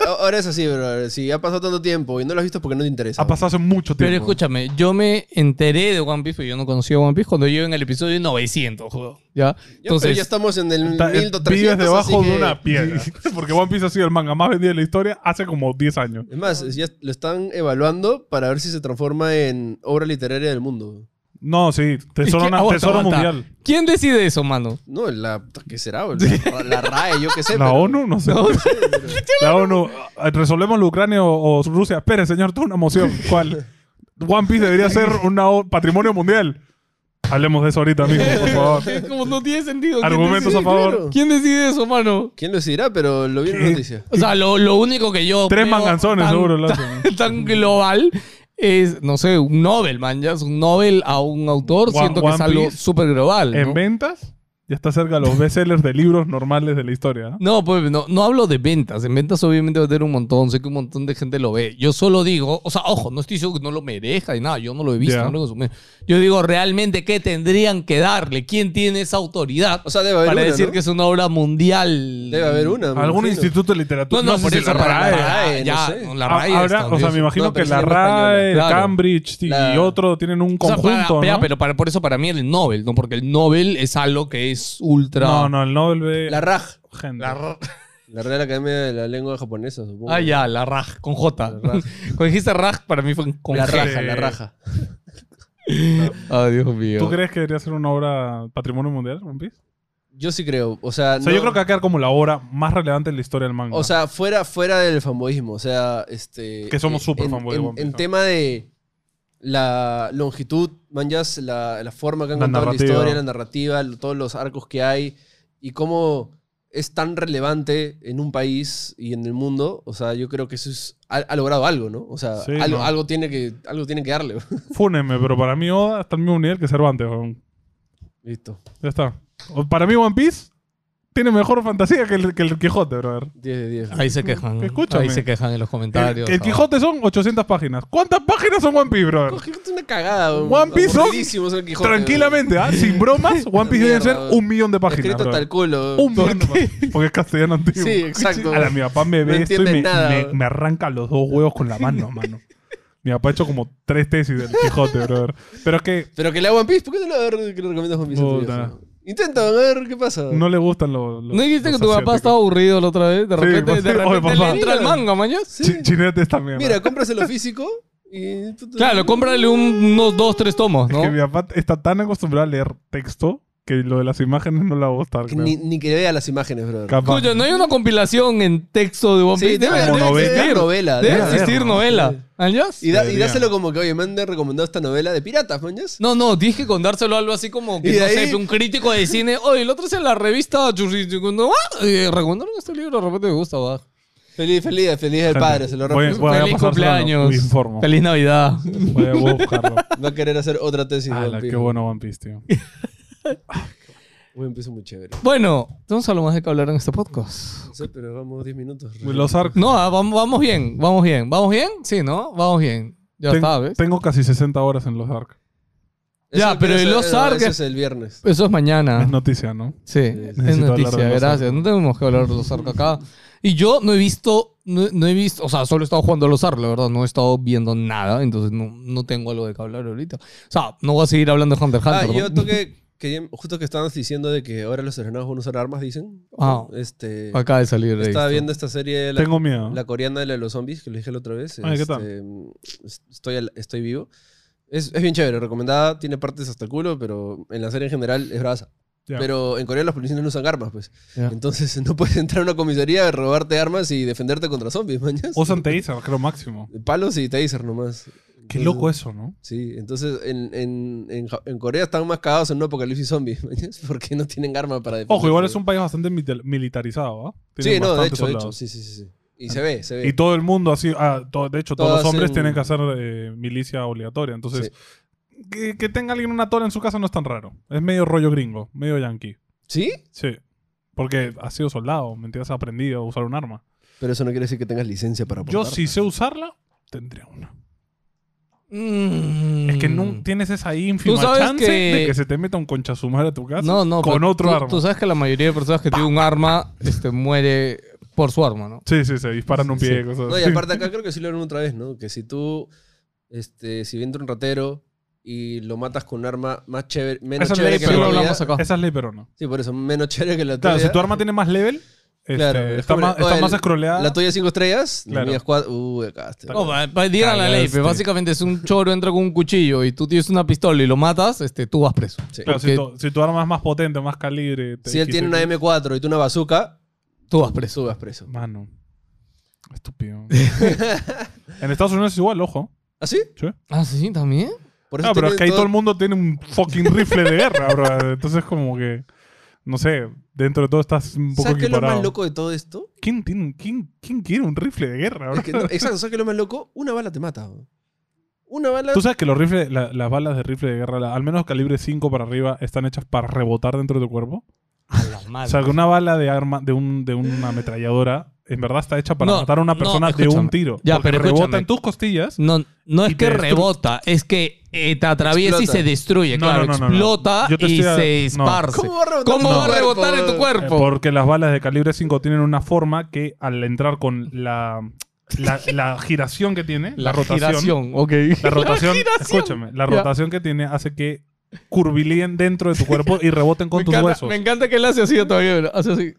S3: No, ahora es así, bro. Si ha pasado tanto tiempo y no lo has visto porque no te interesa.
S1: ha pasado hace mucho tiempo.
S2: Pero escúchame, yo me enteré de One Piece, pero yo no conocía One Piece cuando llevo en el episodio 900, joder. ¿Ya?
S3: Ya, pero
S2: Entonces,
S3: ya estamos en el
S1: Está- eh,
S3: 1300.
S1: vives debajo
S3: así
S1: de
S3: que-
S1: una piedra. Porque One Piece ha sido el manga más vendido de la historia hace como 10 años.
S3: Es más, es- ya lo están evaluando para ver si se transforma en obra literaria del mundo.
S1: No, sí, tesoro,
S2: ¿Qué?
S1: na-
S2: Aguanta,
S1: tesoro
S2: aguanta.
S1: mundial.
S2: ¿quién decide eso, mano?
S3: No, la. ¿Qué será? bro? La, la RAE, yo qué sé.
S1: La
S3: pero-
S1: ONU, no sé. La ONU, ah, resolvemos la Ucrania o, o Rusia. Espere, señor, tú una moción. ¿Cuál? One Piece debería ser un patrimonio mundial. Hablemos de eso ahorita mismo, por favor.
S2: Como no tiene sentido. ¿quién
S1: Argumentos
S2: decide?
S1: a favor.
S3: claro.
S2: ¿Quién decide eso, mano?
S3: ¿Quién lo decidirá? Pero lo vi en la
S1: ¿Qué?
S3: noticia.
S2: O sea, lo, lo único que yo.
S1: Tres
S2: veo
S1: manganzones,
S2: tan-
S1: seguro, lo
S2: Tan, tan global es, no sé, un Nobel, man. Ya es un Nobel a un autor.
S1: One-
S2: Siento que
S1: One
S2: es algo
S1: Piece.
S2: súper global. ¿no?
S1: En ventas, ya está cerca de los bestsellers de libros normales de la historia. ¿no?
S2: No, pues no, no hablo de ventas. En ventas obviamente va a tener un montón. Sé que un montón de gente lo ve. Yo solo digo, o sea, ojo, no estoy diciendo que no lo merezca y nada. Yo no lo he visto,
S1: Ya.
S2: no lo he consumido. Yo digo, realmente, ¿qué tendrían que darle? ¿Quién tiene esa autoridad
S3: O sea, debe haber
S2: para
S3: una,
S2: decir
S3: ¿no?
S2: que es una obra mundial?
S3: Debe haber una. me
S1: Algún
S3: imagino.
S1: instituto de literatura.
S2: No, no, por
S1: si
S2: eso
S1: la
S2: para
S1: RAE.
S2: la RAE,
S3: no
S2: ya,
S3: sé.
S2: la RAE
S1: Ah,
S2: es
S1: habrá- o sea,
S2: estadounidense.
S1: me imagino
S3: No,
S1: que
S3: pero
S1: la
S3: es lengua
S1: RAE,
S2: española, claro.
S1: Cambridge y
S3: La-
S1: otro tienen un
S2: O sea, para-
S1: conjunto,
S2: para-
S1: ¿no?
S2: pero para- por eso para mí el Nobel, ¿no? Porque el Nobel es algo que es ultra...
S1: No, no, el Nobel ve
S3: La RAJ.
S1: gente.
S2: La ra-
S3: La Real Academia de la Lengua Japonesa, supongo.
S2: ah, ya, la raj, con J. Cuando dijiste raj, para mí fue con
S3: La
S2: G.
S3: raja, la raja.
S2: Ah, Dios mío.
S1: ¿Tú crees que debería ser una obra patrimonio mundial, One Piece?
S3: Yo sí creo. O sea,
S1: O sea,
S3: no-
S1: yo creo que va a quedar como la obra más relevante en la historia del manga.
S3: O sea, fuera, fuera del fanboyismo. O sea, este.
S1: Que somos
S3: eh,
S1: súper
S3: en-
S1: fanboy de
S3: en-
S1: One Piece,
S3: En
S1: ¿no?
S3: tema de la longitud, manjas, la, la forma que han
S1: La
S3: contado
S1: narrativa.
S3: la historia, la narrativa, lo- todos los arcos que hay y cómo es tan relevante en un país y en el mundo. O sea, yo creo que eso es, ha, ha logrado algo, ¿no? O sea,
S1: Sí,
S3: algo,
S1: no.
S3: algo, tiene que, algo tiene que darle.
S1: Fúnenme, pero para mí Oda está al mismo nivel que Cervantes, weón.
S3: Listo.
S1: Ya está. O- Para mí One Piece tiene mejor fantasía que el, que el Quijote, brother.
S3: 10 de 10.
S2: Ahí se quejan.
S1: Escúchame.
S2: Ahí se quejan en los
S1: El,
S2: comentarios.
S1: el Quijote son 800 páginas. ¿Cuántas páginas son One Piece, brother?
S3: Es una cagada.
S1: One Piece son-
S3: aburridísimo es el Quijote,
S1: Tranquilamente, ¿ah? Sin bromas, One Piece deben
S3: Mierda,
S1: ser
S3: weón.
S1: un millón de páginas.
S3: Escrito
S1: brother.
S3: tal culo.
S1: Un millón de páginas. Porque es castellano antiguo.
S3: Sí, exacto.
S1: A la, mi papá me
S3: No
S1: ve esto y
S3: entiendes
S1: me,
S3: nada,
S1: me-
S3: weón.
S1: me arranca los dos huevos con la mano, mano. Mi papá ha hecho como tres tesis del Quijote, brother. Pero es que
S3: Pero que le hago One Piece, ¿por qué no le, a ver, que le recomiendas One Piece? a tu
S1: Puta.
S3: viejo? Intenta, a ver qué pasa.
S1: no le gustan los. los-
S2: ¿No dijiste que
S1: los
S2: tu papá
S1: asiáticos.
S2: estaba aburrido la otra vez? De
S1: Sí,
S2: repente,
S1: pues,
S2: de
S1: sí. Oye,
S2: repente
S1: papá.
S2: le entra el manga, mañas.
S3: Sí.
S1: Chi- Chinetes también.
S3: Mira, cómpraselo físico y tú te-
S2: Claro, cómprale un- unos dos, tres tomos,
S1: Es
S2: ¿no?
S1: que mi papá está tan acostumbrado a leer texto que lo de las imágenes no le va a gustar.
S3: Que
S1: creo.
S3: ni, ni que vea las imágenes, bro.
S1: Capaz.
S2: Escucha, no hay una compilación en texto de One
S3: Sí,
S2: Piece.
S3: debe,
S2: debe,
S3: debe
S1: como
S3: existir
S1: novela.
S3: novela.
S2: debe
S3: debe
S1: haber,
S2: existir
S1: ¿no?
S3: Sí.
S2: novela. ¿Mañas?
S3: Y, da- y
S1: Debería.
S3: dáselo como que, oye, me han recomendado esta novela de piratas, mañas.
S2: No, no, dije con dárselo algo así como que,
S3: Y de
S2: no
S3: ahí-
S2: sé, un crítico de cine. Oye, el otro es en la revista Churri- Chucundo, ah, eh, recomendaron este libro, de repente me gusta, va.
S3: Feliz, feliz, feliz del
S1: Gente,
S3: padre, se lo
S1: voy-
S3: recomiendo.
S1: voy a
S2: Feliz
S1: pasárselo,
S2: cumpleaños.
S1: me informo.
S2: Feliz Navidad.
S1: Voy a voy a buscarlo.
S3: Va a querer hacer otra tesis. de
S1: Ala,
S3: One Piece.
S1: qué bueno One Piece, tío.
S3: One Piece es muy chévere.
S2: Bueno, entonces algo más de que hablar en este podcast.
S3: No sé, pero vamos 10 minutos.
S1: Los arcos.
S2: No, ah, vamos, vamos bien, vamos bien. ¿Vamos bien? Sí, ¿no? Vamos bien. Ya
S1: Ten-
S2: está, ¿ves?
S1: Tengo casi 60 horas en los arcos.
S3: Eso
S2: Ya,
S3: es-
S2: pero
S3: eso-
S2: el
S3: no,
S2: Ozark
S3: Eso
S2: es-
S3: es el viernes.
S2: Eso es mañana.
S1: Es noticia, ¿no?
S2: Sí, es
S1: necesito hablar de
S2: noticia,
S1: los
S2: gracias. No tenemos que hablar de los arcos acá. Y yo no he visto, no, no he visto, o sea, solo he estado jugando a los arcos, la verdad, no he estado viendo nada, entonces no, no tengo algo de que hablar ahorita. O sea, no voy a seguir hablando de Hunter x
S3: Ah,
S2: Hunter.
S3: yo
S2: ¿no?
S3: toqué. quería- justo que estabas diciendo de que ahora los serenados van a usar armas, dicen.
S2: Ah.
S3: Este.
S2: Acaba de salir. de
S3: Estaba
S2: esto.
S3: viendo esta serie, la,
S1: Tengo miedo.
S3: la coreana de la de los zombies, que lo dije la otra vez.
S1: Ay, ¿qué tal?
S3: Este, es- Estoy, al- estoy vivo. Es, es bien chévere, recomendada, tiene partes hasta el culo, pero en la serie en general es brasa.
S1: Ya.
S3: Pero en Corea los policías no usan armas, pues.
S2: Ya.
S3: Entonces no puedes entrar a una comisaría, robarte armas y defenderte contra zombies, mañas.
S1: Usan taser, creo máximo.
S3: Palos y taser nomás.
S1: Qué
S3: Entonces-
S1: loco eso, ¿no?
S3: Sí, entonces en, en, en, Ja- en Corea están más cagados en un apocalipsis zombie, mañas, porque no tienen arma para defenderse.
S1: Ojo, igual es un país bastante mil- militarizado, ¿ah?
S3: Sí,
S1: Tienen
S3: no, de
S1: bastantes
S3: hecho, de hecho,
S1: soldados. Ah,
S3: sí, sí, sí. sí. Y se ve, se ve.
S1: Y todo el mundo así, ah, todo- de hecho, todos
S3: Todos
S1: los hombres
S3: en-
S1: tienen que hacer eh, milicia obligatoria. Entonces, que, que tenga alguien una tora en su casa no es tan raro. Es medio rollo gringo, medio yankee.
S3: ¿Sí?
S1: Sí. Porque has sido soldado, ¿me entiendes? Has aprendido a usar un arma.
S3: Pero eso no quiere decir que tengas licencia para
S1: Yo,
S3: portar.
S1: si sé usarla, tendría una.
S2: Mm.
S1: Es que no tienes esa ínfima
S2: Tú sabes
S1: chance
S2: que-
S1: de que se te meta un concha su madre a tu casa
S2: No, no,
S1: Ah, con
S2: pero
S1: otro
S2: tú-
S1: arma.
S2: Tú sabes que la mayoría de personas que tienen un arma este, muere por su arma, ¿no?
S1: Sí, sí, se disparan un pie. cosas
S3: No, y
S1: así.
S3: aparte acá creo que sí lo vieron otra vez, ¿no? Que si tú, este, si entra un ratero y lo matas con un arma más chévere, menos
S1: Esa es
S3: chévere
S1: ley
S3: que la
S2: sí, lo
S3: tuya-
S2: hablamos acá.
S1: Esa es ley perona.
S3: Sí, por eso, menos chévere que la tuya.
S1: Claro, si tu arma tiene más level, este,
S3: Claro, es
S1: está,
S3: como
S1: más,
S3: la-
S1: está
S3: oye,
S1: más scrolleada.
S3: La tuya cinco estrellas, la
S1: Claro.
S3: mía es cuatro. Uy, acá este-
S2: No, va- va- digan la ley,
S1: Cagaste.
S2: pero básicamente es un choro entra con un cuchillo y tú tienes una pistola y lo matas, este, tú vas preso.
S3: Sí.
S1: Claro, si,
S2: porque-
S1: tu, si tu arma es más potente, más calibre. te-
S3: Si él tiene una M4 y tú una bazooka,
S2: Tú vas preso.
S3: tú vas preso.
S1: Mano. Estúpido. en Estados Unidos es igual, ojo.
S3: ¿Ah, sí?
S2: Ah, sí, también.
S3: Por
S1: No, pero es
S3: tienen
S1: que ahí todo
S3: todo-
S1: el mundo tiene un fucking rifle de guerra, bro. Entonces, como que. No sé, dentro de todo estás un poco
S3: ¿Sabes qué es lo
S1: equiparado.
S3: más loco de todo esto?
S1: ¿Quién, tiene, un- quién, ¿Quién quiere un rifle de guerra, bro?
S3: Es que no- exacto, ¿sabes qué es lo más loco? Una bala te mata. bro. Una bala.
S1: Tú sabes que los rifles, la- las balas de rifle de guerra, la- al menos calibre 5 para arriba, están hechas para rebotar dentro de tu cuerpo.
S2: A la
S1: O
S2: madre.
S1: sea, que una bala de arma, de, un, de una ametralladora, en verdad está hecha para
S2: No,
S1: matar a una
S2: no,
S1: persona de un
S2: escúchame.
S1: tiro.
S2: Ya,
S1: porque
S2: pero
S1: rebota
S2: escúchame.
S1: en tus costillas.
S2: No,
S1: Y
S2: no es
S1: te
S2: que
S1: destru-
S2: rebota, es que eh, te atraviesa y
S3: Explota.
S2: se destruye,
S1: No,
S2: claro,
S1: no, no, no, no.
S2: explota
S1: Yo te
S2: y
S1: estoy a-
S2: se
S1: no.
S2: esparce.
S3: ¿Cómo va a rebotar,
S2: ¿Cómo
S3: tu
S2: va a
S3: cuerpo?
S2: rebotar en tu
S1: Eh,
S2: cuerpo?
S1: Porque las balas de calibre 5 tienen una forma que al entrar con la, la, la giración que tiene, la, rotación.
S2: giración, ok.
S1: La rotación,
S2: giración.
S1: escúchame, la
S2: Ya.
S1: rotación que tiene hace que curvilíen dentro de tu cuerpo y reboten con
S2: me,
S1: tus
S2: encanta,
S1: huesos.
S2: me encanta que él hace así todavía, mira, hace así.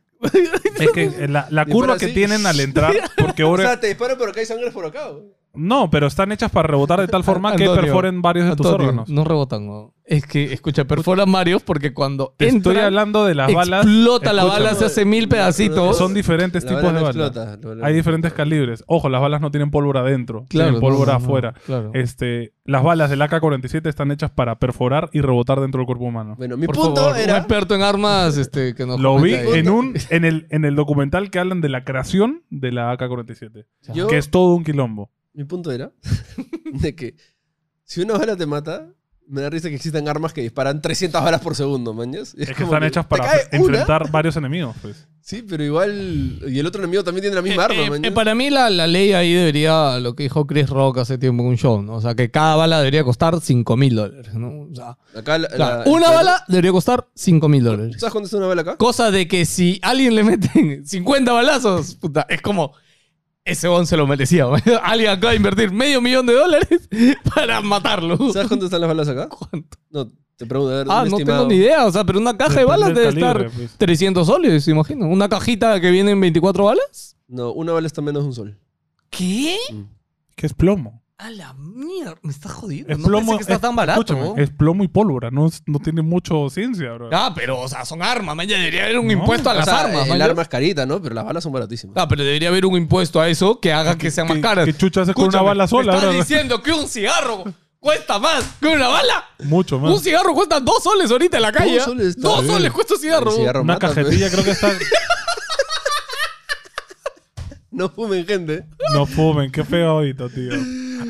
S1: Es que eh, la, la
S3: Y
S1: curva
S3: para
S1: que
S3: así.
S1: tienen al entrar, porque
S3: O
S1: ahora
S3: sea, te disparan, pero acá hay sangre por acá. güey.
S1: No, pero están hechas para rebotar de tal forma que
S2: Antonio,
S1: perforen varios de tus
S2: Antonio,
S1: órganos.
S2: No rebotan, no. Es que, escucha, perforan varios porque cuando
S1: Te estoy
S2: entran,
S1: hablando de las balas.
S2: explota la
S1: Escúchame,
S2: bala, se hace mil pedacitos.
S1: Son diferentes
S3: La
S1: tipos
S3: bala
S1: de
S3: no
S1: balas.
S3: explota, la bala
S1: Hay
S3: no
S1: diferentes calibres. Ojo, las balas no tienen pólvora adentro, tienen
S2: no,
S1: pólvora
S2: no, no,
S1: afuera.
S2: claro.
S1: Este, las balas del AK-47 están hechas para perforar y rebotar dentro del cuerpo humano.
S3: Bueno, mi
S2: Por
S3: punto
S2: favor, un
S3: era.
S2: experto en armas este, que nos
S1: Lo vi
S2: comenta ahí.
S1: en un en el, en el documental que hablan de la creación de la AK-47,
S3: Yo,
S1: que es todo un quilombo.
S3: Mi punto era. de que si una bala te mata. Me da risa que existan armas que disparan 300 balas por segundo, mañas. Y
S1: Es, que
S3: como
S1: están hechas
S3: te
S1: para
S3: cae una,
S1: enfrentar varios enemigos, pues.
S3: Sí, pero igual. Y el otro enemigo también tiene la
S2: Eh,
S3: misma arma,
S2: eh,
S3: mañas.
S2: para mí la, la ley ahí debería, lo que dijo Chris Rock hace tiempo en un show, ¿no? O sea, que cada bala debería costar 5 mil dólares, ¿no? O sea,
S3: Acá la-
S2: claro,
S3: la-
S2: una
S3: el-
S2: bala debería costar 5 mil
S3: ¿Tú
S2: dólares.
S3: sabes cuánto es una bala acá?
S2: Cosa de que si alguien le meten 50 balazos, puta, es como... Ese bon se lo merecía. Alguien acaba de invertir medio millón de dólares para matarlo.
S3: ¿Sabes cuánto están las balas acá?
S2: ¿Cuánto?
S3: No, te pregunto. A ver,
S2: Ah,
S3: un
S2: no
S3: estimado.
S2: tengo ni idea. O sea, pero una caja de
S1: Depende
S2: balas
S1: del
S2: debe
S1: calibre,
S2: estar
S1: pues.
S2: 300 soles, imagino. Una cajita que viene en 24 balas.
S3: No, una bala está menos de un sol. Mm.
S2: ¿Qué?
S1: Que es plomo.
S2: A la mierda, me estás jodiendo.
S1: Es
S2: no
S1: plomo,
S2: pensé que está
S1: es-
S2: tan barato.
S1: Escúchame, es plomo y pólvora. No, es- no tiene mucho ciencia, bro.
S2: Ah, pero, o sea, son armas, man. Ya debería haber un
S1: No,
S2: impuesto a
S3: O
S2: las
S3: sea,
S2: armas, man.
S3: El arma es carita, ¿no? Pero las balas son baratísimas.
S2: Ah, pero debería haber un impuesto a eso que haga que sean más
S1: ¿Qué-
S2: caras.
S1: qué chucha haces con una
S2: Escúchame,
S1: bala sola,
S2: ¿Estás
S1: ahora?
S2: diciendo que un cigarro cuesta más que una bala?
S1: Mucho
S2: Un
S1: más.
S2: cigarro cuesta dos soles ahorita en la calle. ¿eh?
S3: Dos soles está
S2: Dos
S3: bien.
S2: soles cuesta un cigarro.
S3: El cigarro
S1: Una
S3: mata,
S1: cajetilla
S3: pues.
S1: creo que está.
S3: No fumen, gente.
S1: No fumen, qué feo ahorita, tío.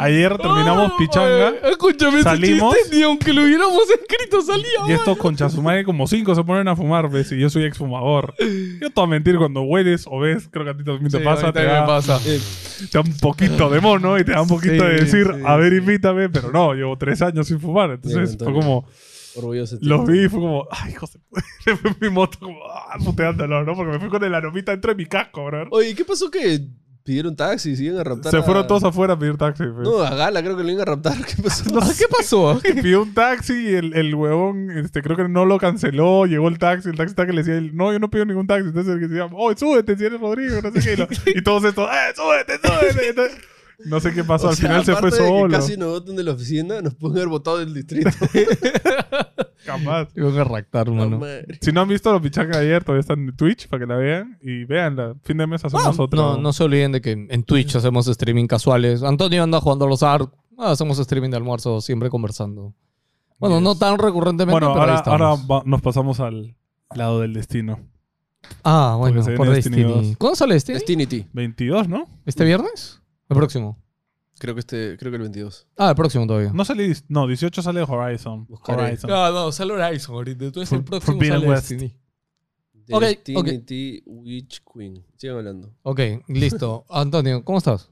S1: Ayer terminamos
S2: Ah,
S1: pichanga
S2: oye, Escúchame,
S1: salimos.
S2: salimos. ni aunque lo hubiéramos escrito salía.
S1: y
S2: man.
S1: estos conchasumae como cinco se ponen a fumar, ves, y yo soy exfumador. Yo te voy a mentir cuando hueles o ves, creo que a ti también te
S2: Sí,
S1: pasa,
S2: ahorita
S1: te
S2: me
S1: da,
S2: pasa.
S3: Eh,
S1: te da un poquito de mono y te da un poquito
S2: Sí,
S1: de decir,
S2: sí,
S1: a ver, invítame, pero no, llevo tres años sin fumar. Entonces
S3: Bien,
S1: fue
S3: Antonio.
S1: como,
S3: orgulloso. este tío.
S1: los vi y fue como, ay, hijo de Le fui mi moto como, ah, puteándolo, ¿no? Porque me fui con el aromita dentro de mi casco, bro.
S3: Oye, ¿qué pasó que pidieron taxi? ¿Siguen a raptar?
S1: Se
S3: a-
S1: fueron todos afuera a pedir taxi. pues.
S3: No, a Gala creo que lo iban a raptar. ¿Qué pasó?
S2: Ah, ¿Qué pasó?
S1: Y pidió un taxi y el, el huevón, este, creo que no lo canceló, llegó el taxi, el taxi que le decía, él, no, yo no pido ningún taxi. Entonces el que decía, oh, súbete si eres Rodrigo, no sé qué. Y, lo- y todos estos, eh, súbete, súbete. Entonces, no sé qué pasó,
S3: O
S1: al
S3: sea,
S1: final se fue
S3: aparte de que
S1: solo.
S3: Casi nos votan de la oficina, nos pueden haber votado del distrito.
S1: Capaz.
S2: Iban a ractar,
S3: No,
S2: mano.
S3: madre.
S1: Si no han visto los pichanga ayer, todavía están en Twitch para que la vean. Y vean, fin de mes hacemos otro.
S2: No, no se olviden de que en Twitch hacemos streaming casuales. Antonio anda jugando a los ARC. Ah, hacemos streaming de almuerzo, siempre conversando. Bueno,
S1: Yes.
S2: no tan recurrentemente,
S1: Bueno,
S2: pero ahí
S1: ahora,
S2: estamos.
S1: ahora va- nos pasamos al lado del destino.
S2: ah,
S1: porque
S2: bueno,
S1: se viene
S2: por
S1: Destiny
S2: Destiny.
S1: 2.
S2: ¿Cuándo sale Destiny?
S3: Destiny T.
S1: 22, ¿no?
S2: ¿Este viernes? El próximo.
S3: Creo que, este, creo que el 22.
S2: Ah, el próximo todavía.
S1: No salí, dis- no, 18 sale Horizon.
S3: Buscaré.
S1: Horizon.
S2: no, sale Horizon ahorita. Entonces
S1: el For- próximo Forbidden sale West. Destiny.
S2: Ok,
S3: Destiny
S2: ok.
S3: T Witch Queen. Sigan hablando.
S2: Ok, listo. Antonio, ¿cómo estás?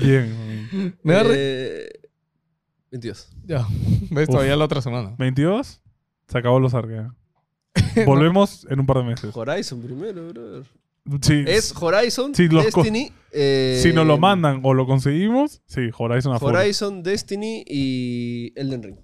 S1: Bien.
S2: Me da re-
S3: Eh, 22.
S2: Ya, ves
S1: Uf.
S2: todavía la otra semana.
S1: 22, se acabó los arqueos. Volvemos en un par de meses.
S3: Horizon primero, brother.
S1: Sí,
S3: Es Horizon,
S1: Sí, los co-
S3: Destiny. eh,
S1: si nos lo mandan o lo conseguimos, sí, Horizon a full.
S3: Horizon, Destiny y Elden Ring.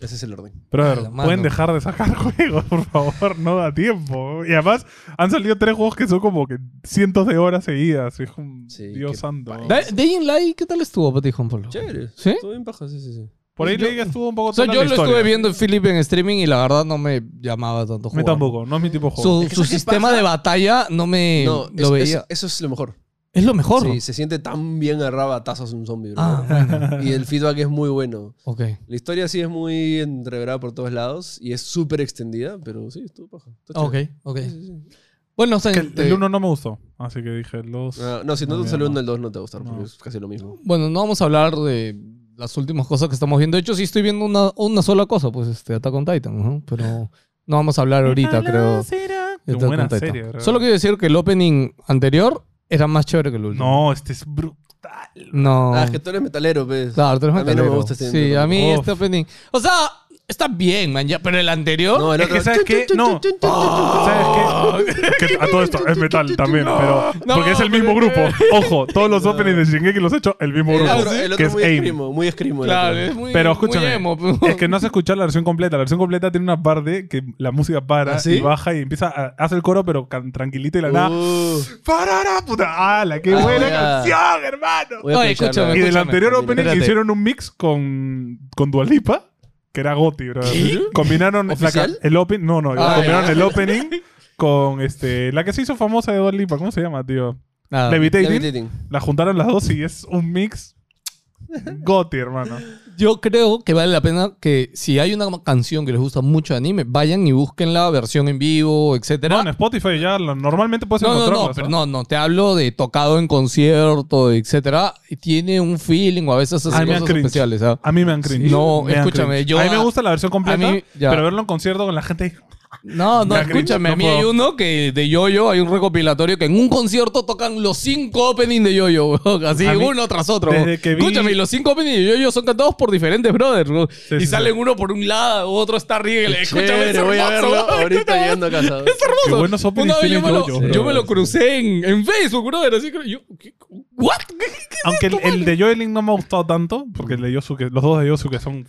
S3: Ese es el orden.
S1: Pero a ver,
S2: A la mano.
S1: pueden dejar de sacar juegos, por favor, no da tiempo. Y además, han salido tres juegos que son como que cientos de horas seguidas. Es un
S3: Sí,
S1: Dios
S3: qué
S1: santo.
S3: paja.
S2: Da- Day in Light, ¿qué tal estuvo, Pati Polo?
S3: Chévere.
S2: ¿Sí?
S3: Todo bien paja, sí, sí, sí.
S1: Por ahí
S2: Yo-
S1: leí que estuvo un poco
S2: O sea,
S1: tela
S2: yo
S1: la
S2: lo
S1: historia.
S2: estuve viendo en Philip en streaming y la verdad no me llamaba tanto
S1: Me
S2: jugar.
S1: tampoco, no es mi tipo de juego.
S2: Su,
S3: Es que
S2: su
S3: ¿sabes qué
S2: sistema
S3: pasa?
S2: de batalla no me
S3: No,
S2: lo
S3: es- es-
S2: veía. Es,
S3: eso es lo mejor.
S2: lo mejor.
S3: Sí, se siente tan bien agarrado a tazos un zombie, bro.
S2: Ah, bueno.
S3: Y el feedback es muy bueno.
S2: Ok.
S3: La historia sí es muy entreverada por todos lados y es súper extendida, pero sí, estuvo paja. Está
S2: Ok,
S3: chévere.
S2: ok.
S3: Sí, sí, sí.
S2: Bueno, o sea, este,
S1: Que el-
S2: te-
S1: el 1 no me gustó, así que dije el 2.
S3: Ah, no, si no
S1: No,
S3: te
S1: ya
S3: salió
S1: no.
S3: uno el 2 no te va a gustar, porque
S1: No.
S3: es casi lo mismo.
S2: Bueno, no vamos a hablar de las últimas cosas que estamos viendo. De hecho, sí estoy viendo una, una sola cosa, pues este Attack on Titan, ¿no? Pero no vamos a hablar ahorita, creo. de
S1: Qué
S2: Attack on
S1: buena
S2: Titan.
S1: serie, bro.
S2: Solo quiero decir que el opening anterior era más chévere que el último.
S1: No, este es brutal.
S2: No.
S3: Ah, es que tú eres metalero, pues.
S2: Claro, tú eres
S3: A mí no me
S2: metalero.
S3: gusta este
S2: Sí,
S3: opening.
S2: a mí
S1: Uf.
S2: este opening. O sea, está bien, man, ya, pero el anterior.
S3: No, el
S1: Es que,
S3: otro.
S1: ¿sabes qué? No. ¿Sabes qué? Que a todo esto es metal también, pero.
S2: No,
S1: porque es el mismo
S2: pero-
S1: grupo. Ojo, todos los openings de Shingeki los he hecho el mismo
S3: El
S1: grupo.
S3: otro, el otro
S1: que es
S3: muy
S1: AIM.
S3: escrimo, muy escrimo. el
S2: claro,
S3: otro.
S2: es muy.
S1: Pero
S2: muy
S1: escúchame,
S2: emo, pero-
S1: Es que no has escuchado la versión completa. La versión completa tiene una parte que la música para
S3: ¿Ah, sí?
S1: y baja y empieza a hace el coro, pero can- tranquilito y la nada.
S3: Uh,
S1: ¡Parara, puta! ¡Ala, qué
S3: Ah,
S1: buena
S3: voy a-
S1: canción, hermano!
S3: voy a
S2: Oye,
S3: escucharla.
S1: Y
S2: escúchame.
S1: del anterior
S3: mira,
S1: opening
S2: espérate.
S1: hicieron un mix con, con Dualipa, que era Goti, bro. Combinaron la ca-
S3: ¿Oficial?
S1: el opening. No, no,
S2: Ah,
S1: combinaron
S2: ya.
S1: el opening con este. La que se hizo famosa de Dualipa, ¿cómo se llama, tío?
S2: Nada.
S1: Levitating.
S3: Levitating.
S1: La juntaron las dos y es un mix. Goti, hermano.
S2: Yo creo que vale la pena que si hay una canción que les gusta mucho de anime, vayan y busquen la versión en vivo, etcétera.
S1: No, en Spotify ya lo- normalmente puedes
S2: Ah. No, no,
S1: encontrarlas.
S2: no, pero no, no, te hablo de tocado en concierto, etcétera. Y tiene un feeling o a veces hace
S1: Ay, me da
S2: cosas
S1: cringe.
S2: especiales. ¿ah?
S1: A mí me han cringe.
S2: No,
S1: Me dan
S2: escúchame,
S1: cringe.
S2: yo
S1: A mí me
S2: a-
S1: gusta la versión completa,
S2: a mí- ya.
S1: pero verlo en concierto con la gente.
S2: No, no,
S1: Me da cringe,
S2: escúchame,
S1: no
S2: a mí
S1: puedo.
S2: hay uno que de Yoyo, hay un recopilatorio que en un concierto tocan los cinco openings de Yoyo, weón, así
S1: A mí-
S2: uno tras otro.
S1: desde
S2: weón.
S1: que vi-
S2: Escúchame, y los cinco openings de Yoyo son cantados por diferentes brothers, weón, y
S1: sí,
S2: salen uno por un lado, otro está arriba, y le- escúchame,
S3: Chévere,
S2: es hermoso,
S3: voy a verlo
S2: weón,
S3: ahorita
S2: escúchame.
S3: llegando a casa.
S2: Es hermoso.
S1: Qué buenos openings
S2: Una vez yo
S1: tiene
S2: me lo,
S1: Yoyo,
S2: yo
S1: bro.
S2: me lo crucé en, en Facebook, brother. Así que yo. ¿qué- ¿What? ¿Qué- qué- qué-
S1: Aunque el, el de Joelin no me ha gustado tanto, porque el de Yosuke, los dos de Yosuke son.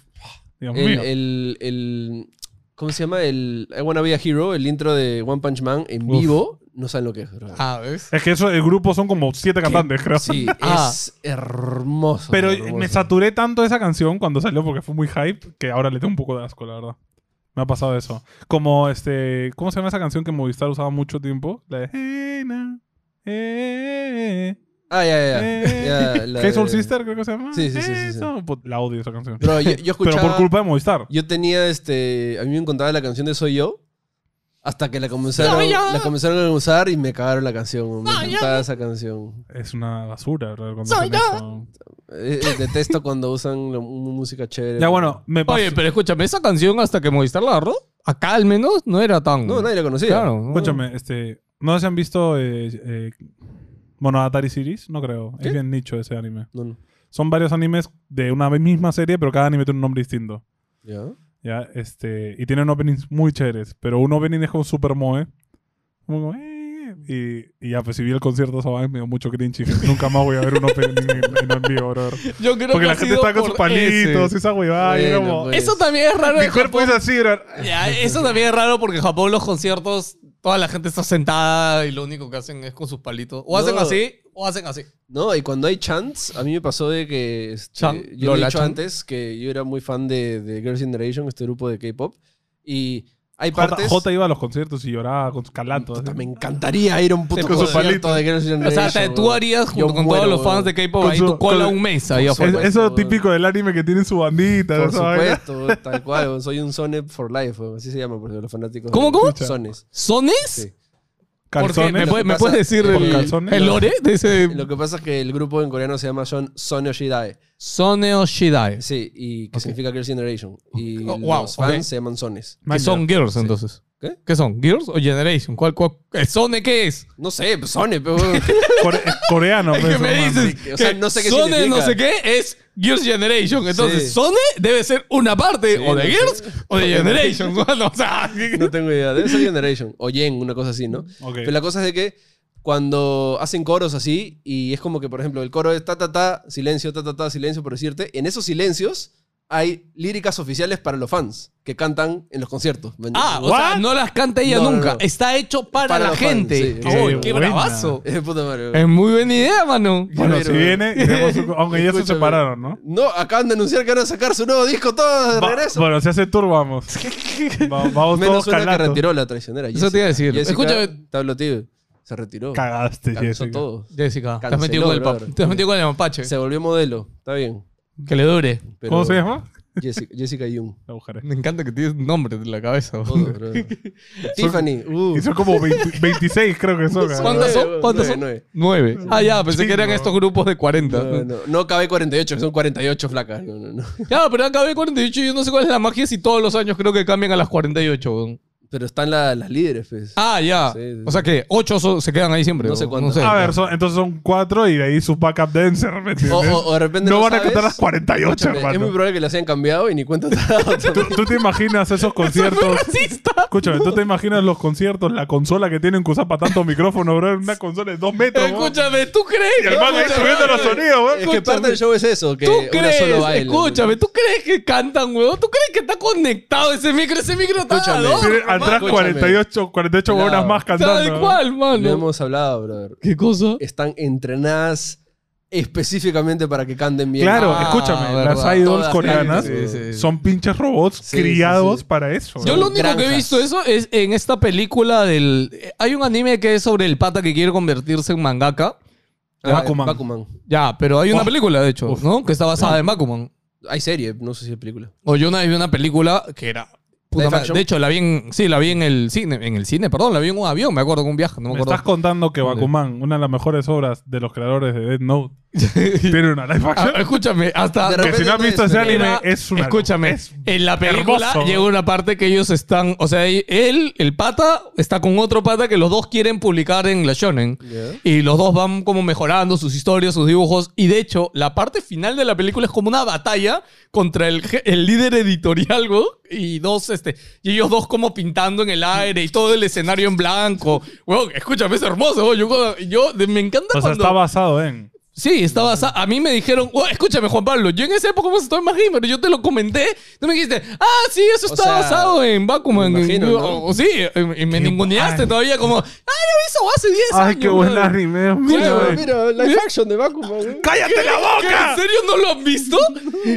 S1: Dios
S3: El, eh,
S1: mío.
S3: el, el- ¿Cómo se llama? El I Wanna Be a Hero, el intro de One Punch Man en
S1: Uf.
S3: vivo. No saben lo que es, bro.
S2: Ah, ¿ves?
S1: Es que eso, el grupo son como siete cantantes, creo.
S3: Sí,
S2: Ah.
S3: es hermoso.
S1: Pero
S3: hermoso.
S1: me saturé tanto de esa canción cuando salió porque fue muy hype que ahora le tengo un poco de asco, la verdad. Me ha pasado eso. Como este. ¿Cómo se llama esa canción que Movistar usaba mucho tiempo? La de. "Hey, na, eh, eh,
S3: Ah, ya, ya,
S1: eh".
S3: ya. ya. la
S1: Hey Soul
S3: de-
S1: Sister, creo que se llama.
S3: Sí, sí, sí, sí, sí.
S1: Eso, put- La odio esa canción.
S3: Bro, yo, yo
S1: Pero
S3: escuchaba...
S1: por culpa de Movistar.
S3: Yo tenía este. A mí me encontraba la canción de Soy Yo. Hasta que la comenzaron,
S2: No, ya.
S3: la comenzaron a usar y me cagaron la canción. Me
S2: No, ya.
S3: encantaba esa canción.
S1: Es una basura, bro, cuando
S2: Soy
S1: hacen
S2: yo.
S1: eso.
S3: Eh, eh, detesto cuando usan la- mu- música chévere.
S1: Ya bueno, me pasó.
S2: Oye, pero escúchame, esa canción hasta que Movistar la agarró, acá al menos, no era tan.
S3: No, nadie la conocía.
S2: Claro. ¿no?
S1: Escúchame, este. ¿No se han visto eh, eh, Monogatari Series? No creo.
S3: ¿Qué?
S1: Es bien nicho ese anime.
S3: No, no.
S1: Son varios animes de una misma serie, pero cada anime tiene un nombre distinto.
S3: Ya.
S1: ¿Ya? Este, y tienen openings muy chéveres. Pero un opening es como super moe. Como, eh, y, y ya, pues si vi el concierto de esa vaina, me dio mucho cringe. y dije, Nunca más voy a ver un opening en, en- en vivo, brother".
S2: Yo creo
S1: Porque
S2: que
S1: la
S2: ha
S1: gente
S2: sido
S1: está con
S2: por
S1: sus palitos,
S2: ese.
S1: esa huevada. y era
S3: eh, Bueno,
S1: como,
S3: pues.
S2: Eso también es raro.
S1: Mi
S2: en
S1: cuerpo es
S2: Japón.
S1: así, brother".
S2: Ya, eso también es raro porque en Japón los conciertos, toda la gente está sentada y lo único que hacen es con sus palitos. O hacen
S3: No.
S2: así, o hacen así.
S3: No, y cuando hay chants, a mí me pasó de que. este,
S2: Chan,
S3: yo lo he
S2: Lola
S3: dicho
S2: Chan.
S3: antes que yo era muy fan de, de Girls' Generation, este grupo de K-pop. Y hay
S1: J,
S3: partes.
S1: J iba a los conciertos y lloraba con sus calatos.
S3: Puta,
S1: así.
S3: Me encantaría ir a un puto
S1: Con su
S3: concierto
S1: palito.
S3: de Girls'
S2: O
S3: Generation.
S2: sea, te- tú
S3: weón.
S2: harías
S3: Yo
S2: junto con
S3: muero,
S2: todos los fans
S3: weón.
S2: de K-pop
S1: Con
S2: ahí
S1: su-
S2: tu cola
S1: con-
S2: un mes ahí
S3: Por
S1: Es-
S2: afuera.
S3: supuesto,
S1: eso
S3: weón.
S1: típico del anime que tienen su bandita.
S3: Por
S1: esa vaina.
S3: supuesto, tal cual. weón. Soy un Sone for life, weón. así se llama por los fanáticos.
S2: ¿Cómo,
S3: de-
S2: cómo?
S3: Sones.
S2: ¿Sones?
S3: Sí.
S2: Porque, ¿Me,
S1: Calzones.
S2: puede-
S3: Lo que
S2: me
S3: pasa-
S2: puedes decir
S3: por
S2: el,
S1: calzones.
S2: el lore de ese
S3: Lo que pasa es que el grupo en coreano se llama Son Sone Oshidae.
S2: Soneo Shidae?
S3: Sí, y que
S2: Ok.
S3: significa Girls' Generation. Y
S2: Oh, wow,
S3: los fans
S2: ok.
S3: se llaman Sones.
S2: Que
S1: Manja.
S2: son Girls,
S3: Sí.
S2: entonces.
S3: ¿Qué?
S2: ¿Qué son? ¿Girls o Generation? ¿Cuál, cuál? ¿El Sone qué es?
S3: No sé, pues, Sone, pero. weón.
S1: Core- coreano.
S2: Es
S1: pues,
S2: que me
S1: hermano.
S2: dices
S3: que- o sea,
S2: que
S3: no sé qué
S2: Sone
S3: significa.
S2: no sé qué es Girls Generation. Entonces,
S3: Sí.
S2: Sone debe ser una parte
S3: Sí,
S2: o de
S3: no sé.
S2: Girls o de Generation. Bueno, o sea,
S3: No tengo idea. Debe ser Generation. O Yen, una cosa así, ¿no?
S1: Ok.
S3: Pero la cosa es de que cuando hacen coros así, y es como que, por ejemplo, el coro es ta, ta, ta, silencio, ta, ta, ta, silencio, por decirte, en esos silencios hay líricas oficiales para los fans que cantan en los conciertos. ¿me
S2: ah, o
S3: entiendes?
S2: sea,
S1: What?
S2: no las canta ella
S3: No, no,
S2: nunca.
S3: no.
S2: Está hecho para,
S3: Para
S2: la
S3: los fans,
S2: gente.
S3: sí.
S2: Uy,
S1: Qué
S2: ¡Qué
S1: buena.
S2: bravazo!
S3: Eh, puta madre.
S2: Es muy buena idea, mano.
S1: Bueno, si
S3: Pero-
S1: viene, iremos su- aunque ya se
S3: Escúchame.
S1: separaron, ¿no?
S3: No, acaban de anunciar que van a sacar su nuevo disco todos de
S1: Va-
S3: regreso.
S1: bueno, si hace tour, vamos. Va- vamos
S3: Menos
S1: todos
S3: una que
S1: calatos.
S3: retiró la traicionera.
S2: Eso te iba a decir. Escúchame.
S3: Te hablo, tío. Se retiró.
S1: Cagaste,
S3: Cansó
S1: Jessica.
S3: todo.
S2: Jessica, te has
S3: Canceló,
S2: metido con el,
S3: brother.
S2: pap- te has metido con el mapache.
S3: Se volvió modelo. Está bien.
S2: Que le dure.
S3: pero-
S1: ¿Cómo se llama?
S3: Jessica, Jessica Jung.
S1: La buscaré.
S2: Me encanta que tienes un nombre en la cabeza.
S3: Todo, creo. Tiffany. Uh.
S1: Y son como 20 26, creo que son.
S2: ¿Cuántas
S1: ¿no?
S3: Nueve,
S2: son? ¿Cuántas
S3: nueve,
S2: son?
S3: nueve.
S2: Nueve. Ah, ya, pensé
S1: Sí,
S2: que eran
S1: no.
S2: estos grupos de 40.
S3: No, no, no cabe 48, que son 48 flacas. No, no, no.
S2: Ya, pero acabé 48 y yo no sé cuál es la magia si todos los años creo que cambian a las 48. weón.
S3: Pero están la- las líderes, pues.
S2: Ah, ya.
S3: Sí, sí,
S2: O sea que 8 se quedan ahí siempre.
S3: No sé
S2: weón.
S3: cuántas.
S1: A ver, son- entonces son cuatro y de ahí sus backup dancer, ¿me entiendes?
S3: O, o- o de repente
S1: no, van a
S3: sabes.
S1: cantar las 48,
S3: Escúchame, Es muy
S1: hermano.
S3: probable que las hayan cambiado y ni cuenta te has dado.
S1: ¿Tú, tú te imaginas esos conciertos?
S2: ¡Racista!
S1: Escúchame, ¿tú te imaginas los conciertos, la consola que tienen que usar para tantos micrófonos, bro? Una consola de dos metros. weón.
S2: Escúchame, ¿tú crees?
S1: Y el man ahí
S2: Escúchame,
S1: subiendo los sonidos, weón.
S3: Es que parte del show es eso, que
S2: ¿Tú
S3: una
S2: crees?
S3: solo baila.
S2: Escúchame, ¿tú crees que cantan, weón? ¿Tú crees que está conectado ese micro? Ese micro está
S3: Escúchame.
S2: adorno,
S1: Tiene
S2: hermano.
S1: atrás
S3: Escúchame.
S1: 48, 48
S3: Claro.
S1: huevonas más cantando.
S2: Tal
S1: ¿no?
S2: cual,
S3: Lo
S2: mano.
S3: hemos hablado, brother.
S2: ¿Qué cosa?
S3: Están entrenadas específicamente para que canten bien.
S1: Claro,
S2: Ah,
S1: escúchame,
S2: verdad.
S1: las idols
S3: Todas
S1: coreanas
S3: cantan, sí,
S2: sí.
S1: son pinches robots
S3: Sí, sí,
S1: criados
S3: sí.
S1: para eso.
S2: Yo
S1: ¿no?
S2: lo único que he
S3: granjas.
S2: visto eso es en esta película del... eh, Hay un anime que es sobre el pata que quiere convertirse en mangaka.
S3: Ah,
S1: Bakuman.
S3: Bakuman.
S2: Ya, pero hay una
S1: Oh.
S2: película, de hecho,
S1: Uf.
S2: ¿no? Que está basada en Bakuman.
S3: Hay serie, no sé si es película.
S2: O yo una vez vi una película que era... puta
S3: Live
S2: madre.
S3: action.
S2: de hecho, la vi en... Sí, la vi en el cine. En el cine, perdón. La vi en un avión, me acuerdo, en un viaje. No me
S1: Me
S2: acuerdo.
S1: estás contando que Bakuman, una de las mejores obras de los creadores de Dead Note, tiene una live
S2: Ah,
S1: action.
S2: escúchame, hasta...
S3: De
S1: que si no has
S3: repente
S1: visto
S3: no es,
S1: ese
S3: pero-
S1: anime,
S2: Era-
S1: es una.
S2: Escúchame,
S1: es
S2: en la película
S1: hermoso.
S2: llega una parte que ellos están, o sea, él, el pata, está con otro pata que los dos quieren publicar en la Shonen.
S3: Ya.
S2: Y los dos van como mejorando sus historias, sus dibujos. Y de hecho, la parte final de la película es como una batalla contra el, je- el líder editorial, güey. Y dos, este, y ellos dos como pintando en el aire y todo el escenario en blanco. Güey, escúchame, es hermoso, güey. Yo, cuando- yo- de- me encanta
S1: O sea,
S2: cuando...
S1: está basado en.
S2: Sí, estaba sa- A mí me dijeron, "Oh, escúchame, Juan Pablo, yo en esa época más estaba en Magimer, yo te lo comenté. Tú me dijiste, ah, sí, eso
S3: O
S2: está
S3: sea,
S2: basado en Bakuman.
S3: me imagino,
S2: Y yo,
S3: ¿no?
S2: "Oh, sí, y y me
S1: Qué
S2: ninguneaste
S1: guay.
S2: todavía como, ah, yo hizo hace 10 años.
S1: Ay, qué buen
S2: brother".
S1: anime.
S2: Mira,
S1: Mira, güey.
S3: Mira, live action de Bakuman. eh.
S1: ¡Cállate la
S2: ¿Qué, ¿En
S1: boca!
S2: serio no lo han visto?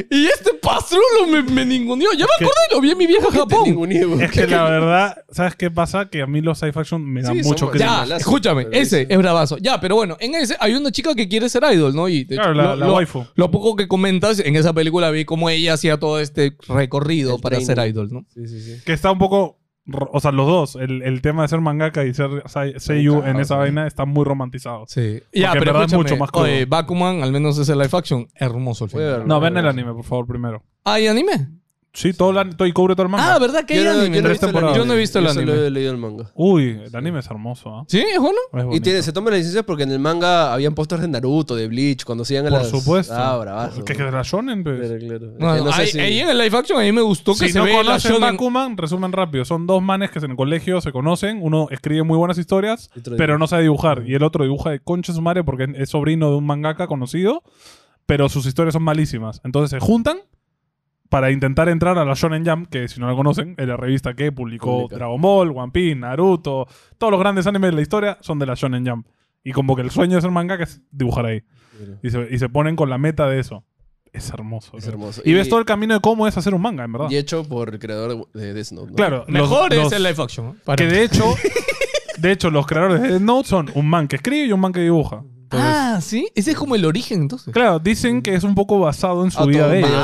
S2: Y este pastrulo me, me ninguneó. Ya me
S1: que-
S2: acuerdo y lo vi en mi vieja Japón.
S1: Es que la verdad, ¿sabes qué pasa? Que a mí los live action me dan
S3: Sí, son
S1: mucho que
S3: buenos.
S2: Ya,
S3: malazo,
S2: escúchame,
S3: pero
S2: ese
S3: dice-
S2: es bravazo. Ya, pero bueno, en ese hay una chica que quiere ser idol, ¿no? Y de
S1: Claro, la- la waifu.
S2: lo poco que comentas, en esa película vi cómo ella hacía todo este recorrido
S3: El
S2: para ser
S3: training.
S2: idol, ¿no?
S3: Sí, sí, sí.
S1: Que está un poco. ro- O sea, los dos. El, el tema de ser mangaka y ser sei- seiyuu en esa vaina está muy romantizado.
S2: Sí.
S1: Porque
S2: Ya,
S1: en
S2: pero
S1: verdad es
S2: escúchame,
S1: mucho más crudo.
S2: oye, Bakuman, al menos es el live action, hermoso el
S3: Voy a
S2: final.
S3: verlo.
S1: No, ven el anime, por favor, primero.
S2: ¿Hay anime?
S1: Sí, todo el an- todo y cubre todo el manga.
S2: Ah, ¿verdad que hay
S3: no-
S2: anime?
S3: no he
S1: Tres
S3: visto el
S1: temporadas.
S2: Yo no he visto el
S3: Yo solo
S2: anime.
S3: he leído el manga.
S1: Uy, el anime es hermoso. ¿ah?
S2: ¿Sí? ¿Es bueno?
S1: Es
S3: Y
S1: bonito.
S3: tiene, se toman las licencias porque en el manga habían pósters de Naruto, de Bleach, cuando hacían a
S1: Por
S3: las...
S1: supuesto.
S3: Ah, bravazo.
S1: Que es la shonen, pues.
S3: Claro, claro. Es que
S2: Bueno,
S3: no sé
S2: ahí-
S3: si-
S2: ahí en el live action a mí me gustó que
S1: Si
S2: se
S1: no
S2: ve la
S1: conocen
S2: shonen-
S1: Bakuman, resumen rápido. Son dos manes que en el colegio se conocen. Uno escribe muy buenas historias,
S3: Y otro
S1: pero
S3: dibuja.
S1: no sabe dibujar. Y el otro dibuja de concha su madre porque es sobrino de un mangaka conocido, pero sus historias son malísimas. Entonces se juntan para intentar entrar a la Shonen Jam, que si no la conocen, es la revista que publicó
S3: Publica.
S1: Dragon Ball, One Piece, Naruto. Todos los grandes animes de la historia son de la Shonen Jam. Y como que el sueño de ser mangaka es dibujar ahí.
S3: Mira,
S1: Y se, y se ponen con la meta de eso. Es hermoso.
S3: Es
S1: bro.
S3: hermoso.
S1: Y, ves todo el camino de cómo es hacer un manga, en verdad.
S3: y hecho por el creador de Death Note. ¿no?
S1: Claro, los-
S2: Mejor
S1: los-
S2: es el live action. ¿eh? Para
S1: que
S2: mí.
S1: de hecho, de hecho, los creadores de Death Note son un man que escribe y un man que dibuja. Entonces,
S2: Ah, sí. Ese es como el origen, entonces.
S1: Claro, dicen que es un poco basado en su
S3: Auto-
S1: vida de
S3: va-
S1: ellos.
S2: Ah,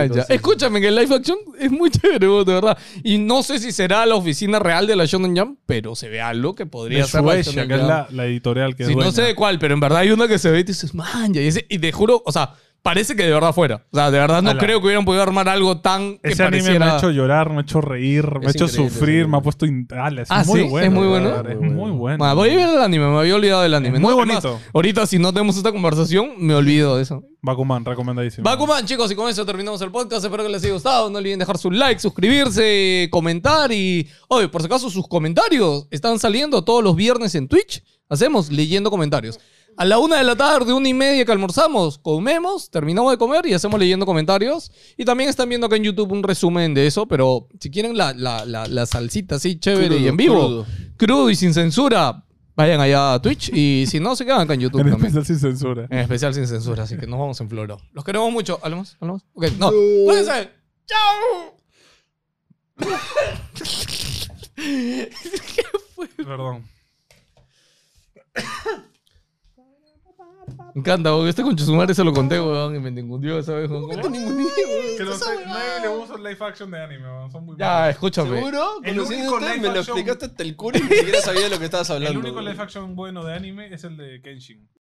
S3: autobiográfico,
S2: ya.
S3: sí, sí.
S2: Escúchame, que el live action es muy chévere, vos, de verdad. Y no sé si será la oficina real de la Shonen Jump, pero se ve algo que podría
S1: De
S2: ser la
S1: Shueisha,
S2: Shonen
S1: que es
S2: Jump.
S1: la, la editorial que
S2: Sí,
S1: es
S2: no
S1: dueña.
S2: sé de cuál, pero en verdad hay una que se ve y te dices, man, ya", y, ese- y te juro, o sea, parece que de verdad fuera. O sea, de verdad no
S1: Ala.
S2: creo que hubieran podido armar algo tan que
S1: Ese anime me ha
S2: pareciera...
S1: hecho llorar, me ha hecho reír, me ha
S3: Es
S1: hecho
S3: increíble,
S1: sufrir,
S3: sí.
S1: me ha puesto... in- ala, es,
S2: Ah,
S1: muy
S2: ¿sí?
S1: bueno,
S2: ¿Es muy
S1: de
S2: bueno?
S1: verdad, Es
S3: Muy
S1: muy bueno.
S2: Ah, voy a ver el anime, me había olvidado del anime.
S1: Es muy
S2: No, además,
S1: bonito.
S2: ahorita, si no tenemos esta conversación, me olvido de eso.
S1: Bakuman, recomendadísimo.
S2: Bakuman, chicos, y con eso terminamos el podcast. Espero que les haya gustado. No olviden dejar su like, suscribirse, comentar y. Oye, por si acaso, sus comentarios están saliendo todos los viernes en Twitch. Hacemos leyendo comentarios. A la una de la tarde, una y media que almorzamos, comemos, terminamos de comer y hacemos leyendo comentarios. Y también están viendo acá en YouTube un resumen de eso, pero si quieren la, la, la, la salsita así chévere
S3: Crudo,
S2: y en vivo,
S3: crudo.
S2: crudo y sin censura, vayan allá a Twitch y si no, se quedan acá en YouTube
S1: En
S2: también.
S1: especial sin censura.
S2: En especial sin censura, así que nos vamos en floro. Los queremos mucho. ¿Hablamos? ¿Hablamos? Ok, no. Cuídense. ¡Chao!
S1: Perdón.
S2: Me encanta, weón. Este con Chusumare se lo conté, weón, y me ningundió esa vez, weón. ¿Cómo?
S1: Que no sé, nadie le gusta el live action de anime, weón. Son muy
S2: Ya, eh,
S1: malos.
S2: escúchame.
S3: ¿Seguro?
S1: El
S3: Conociéndote,
S1: único live
S3: me lo
S1: action-
S3: explicaste hasta el culo y ni siquiera sabía de lo que estabas hablando.
S1: El único
S3: weón.
S1: live action bueno de anime es el de Kenshin.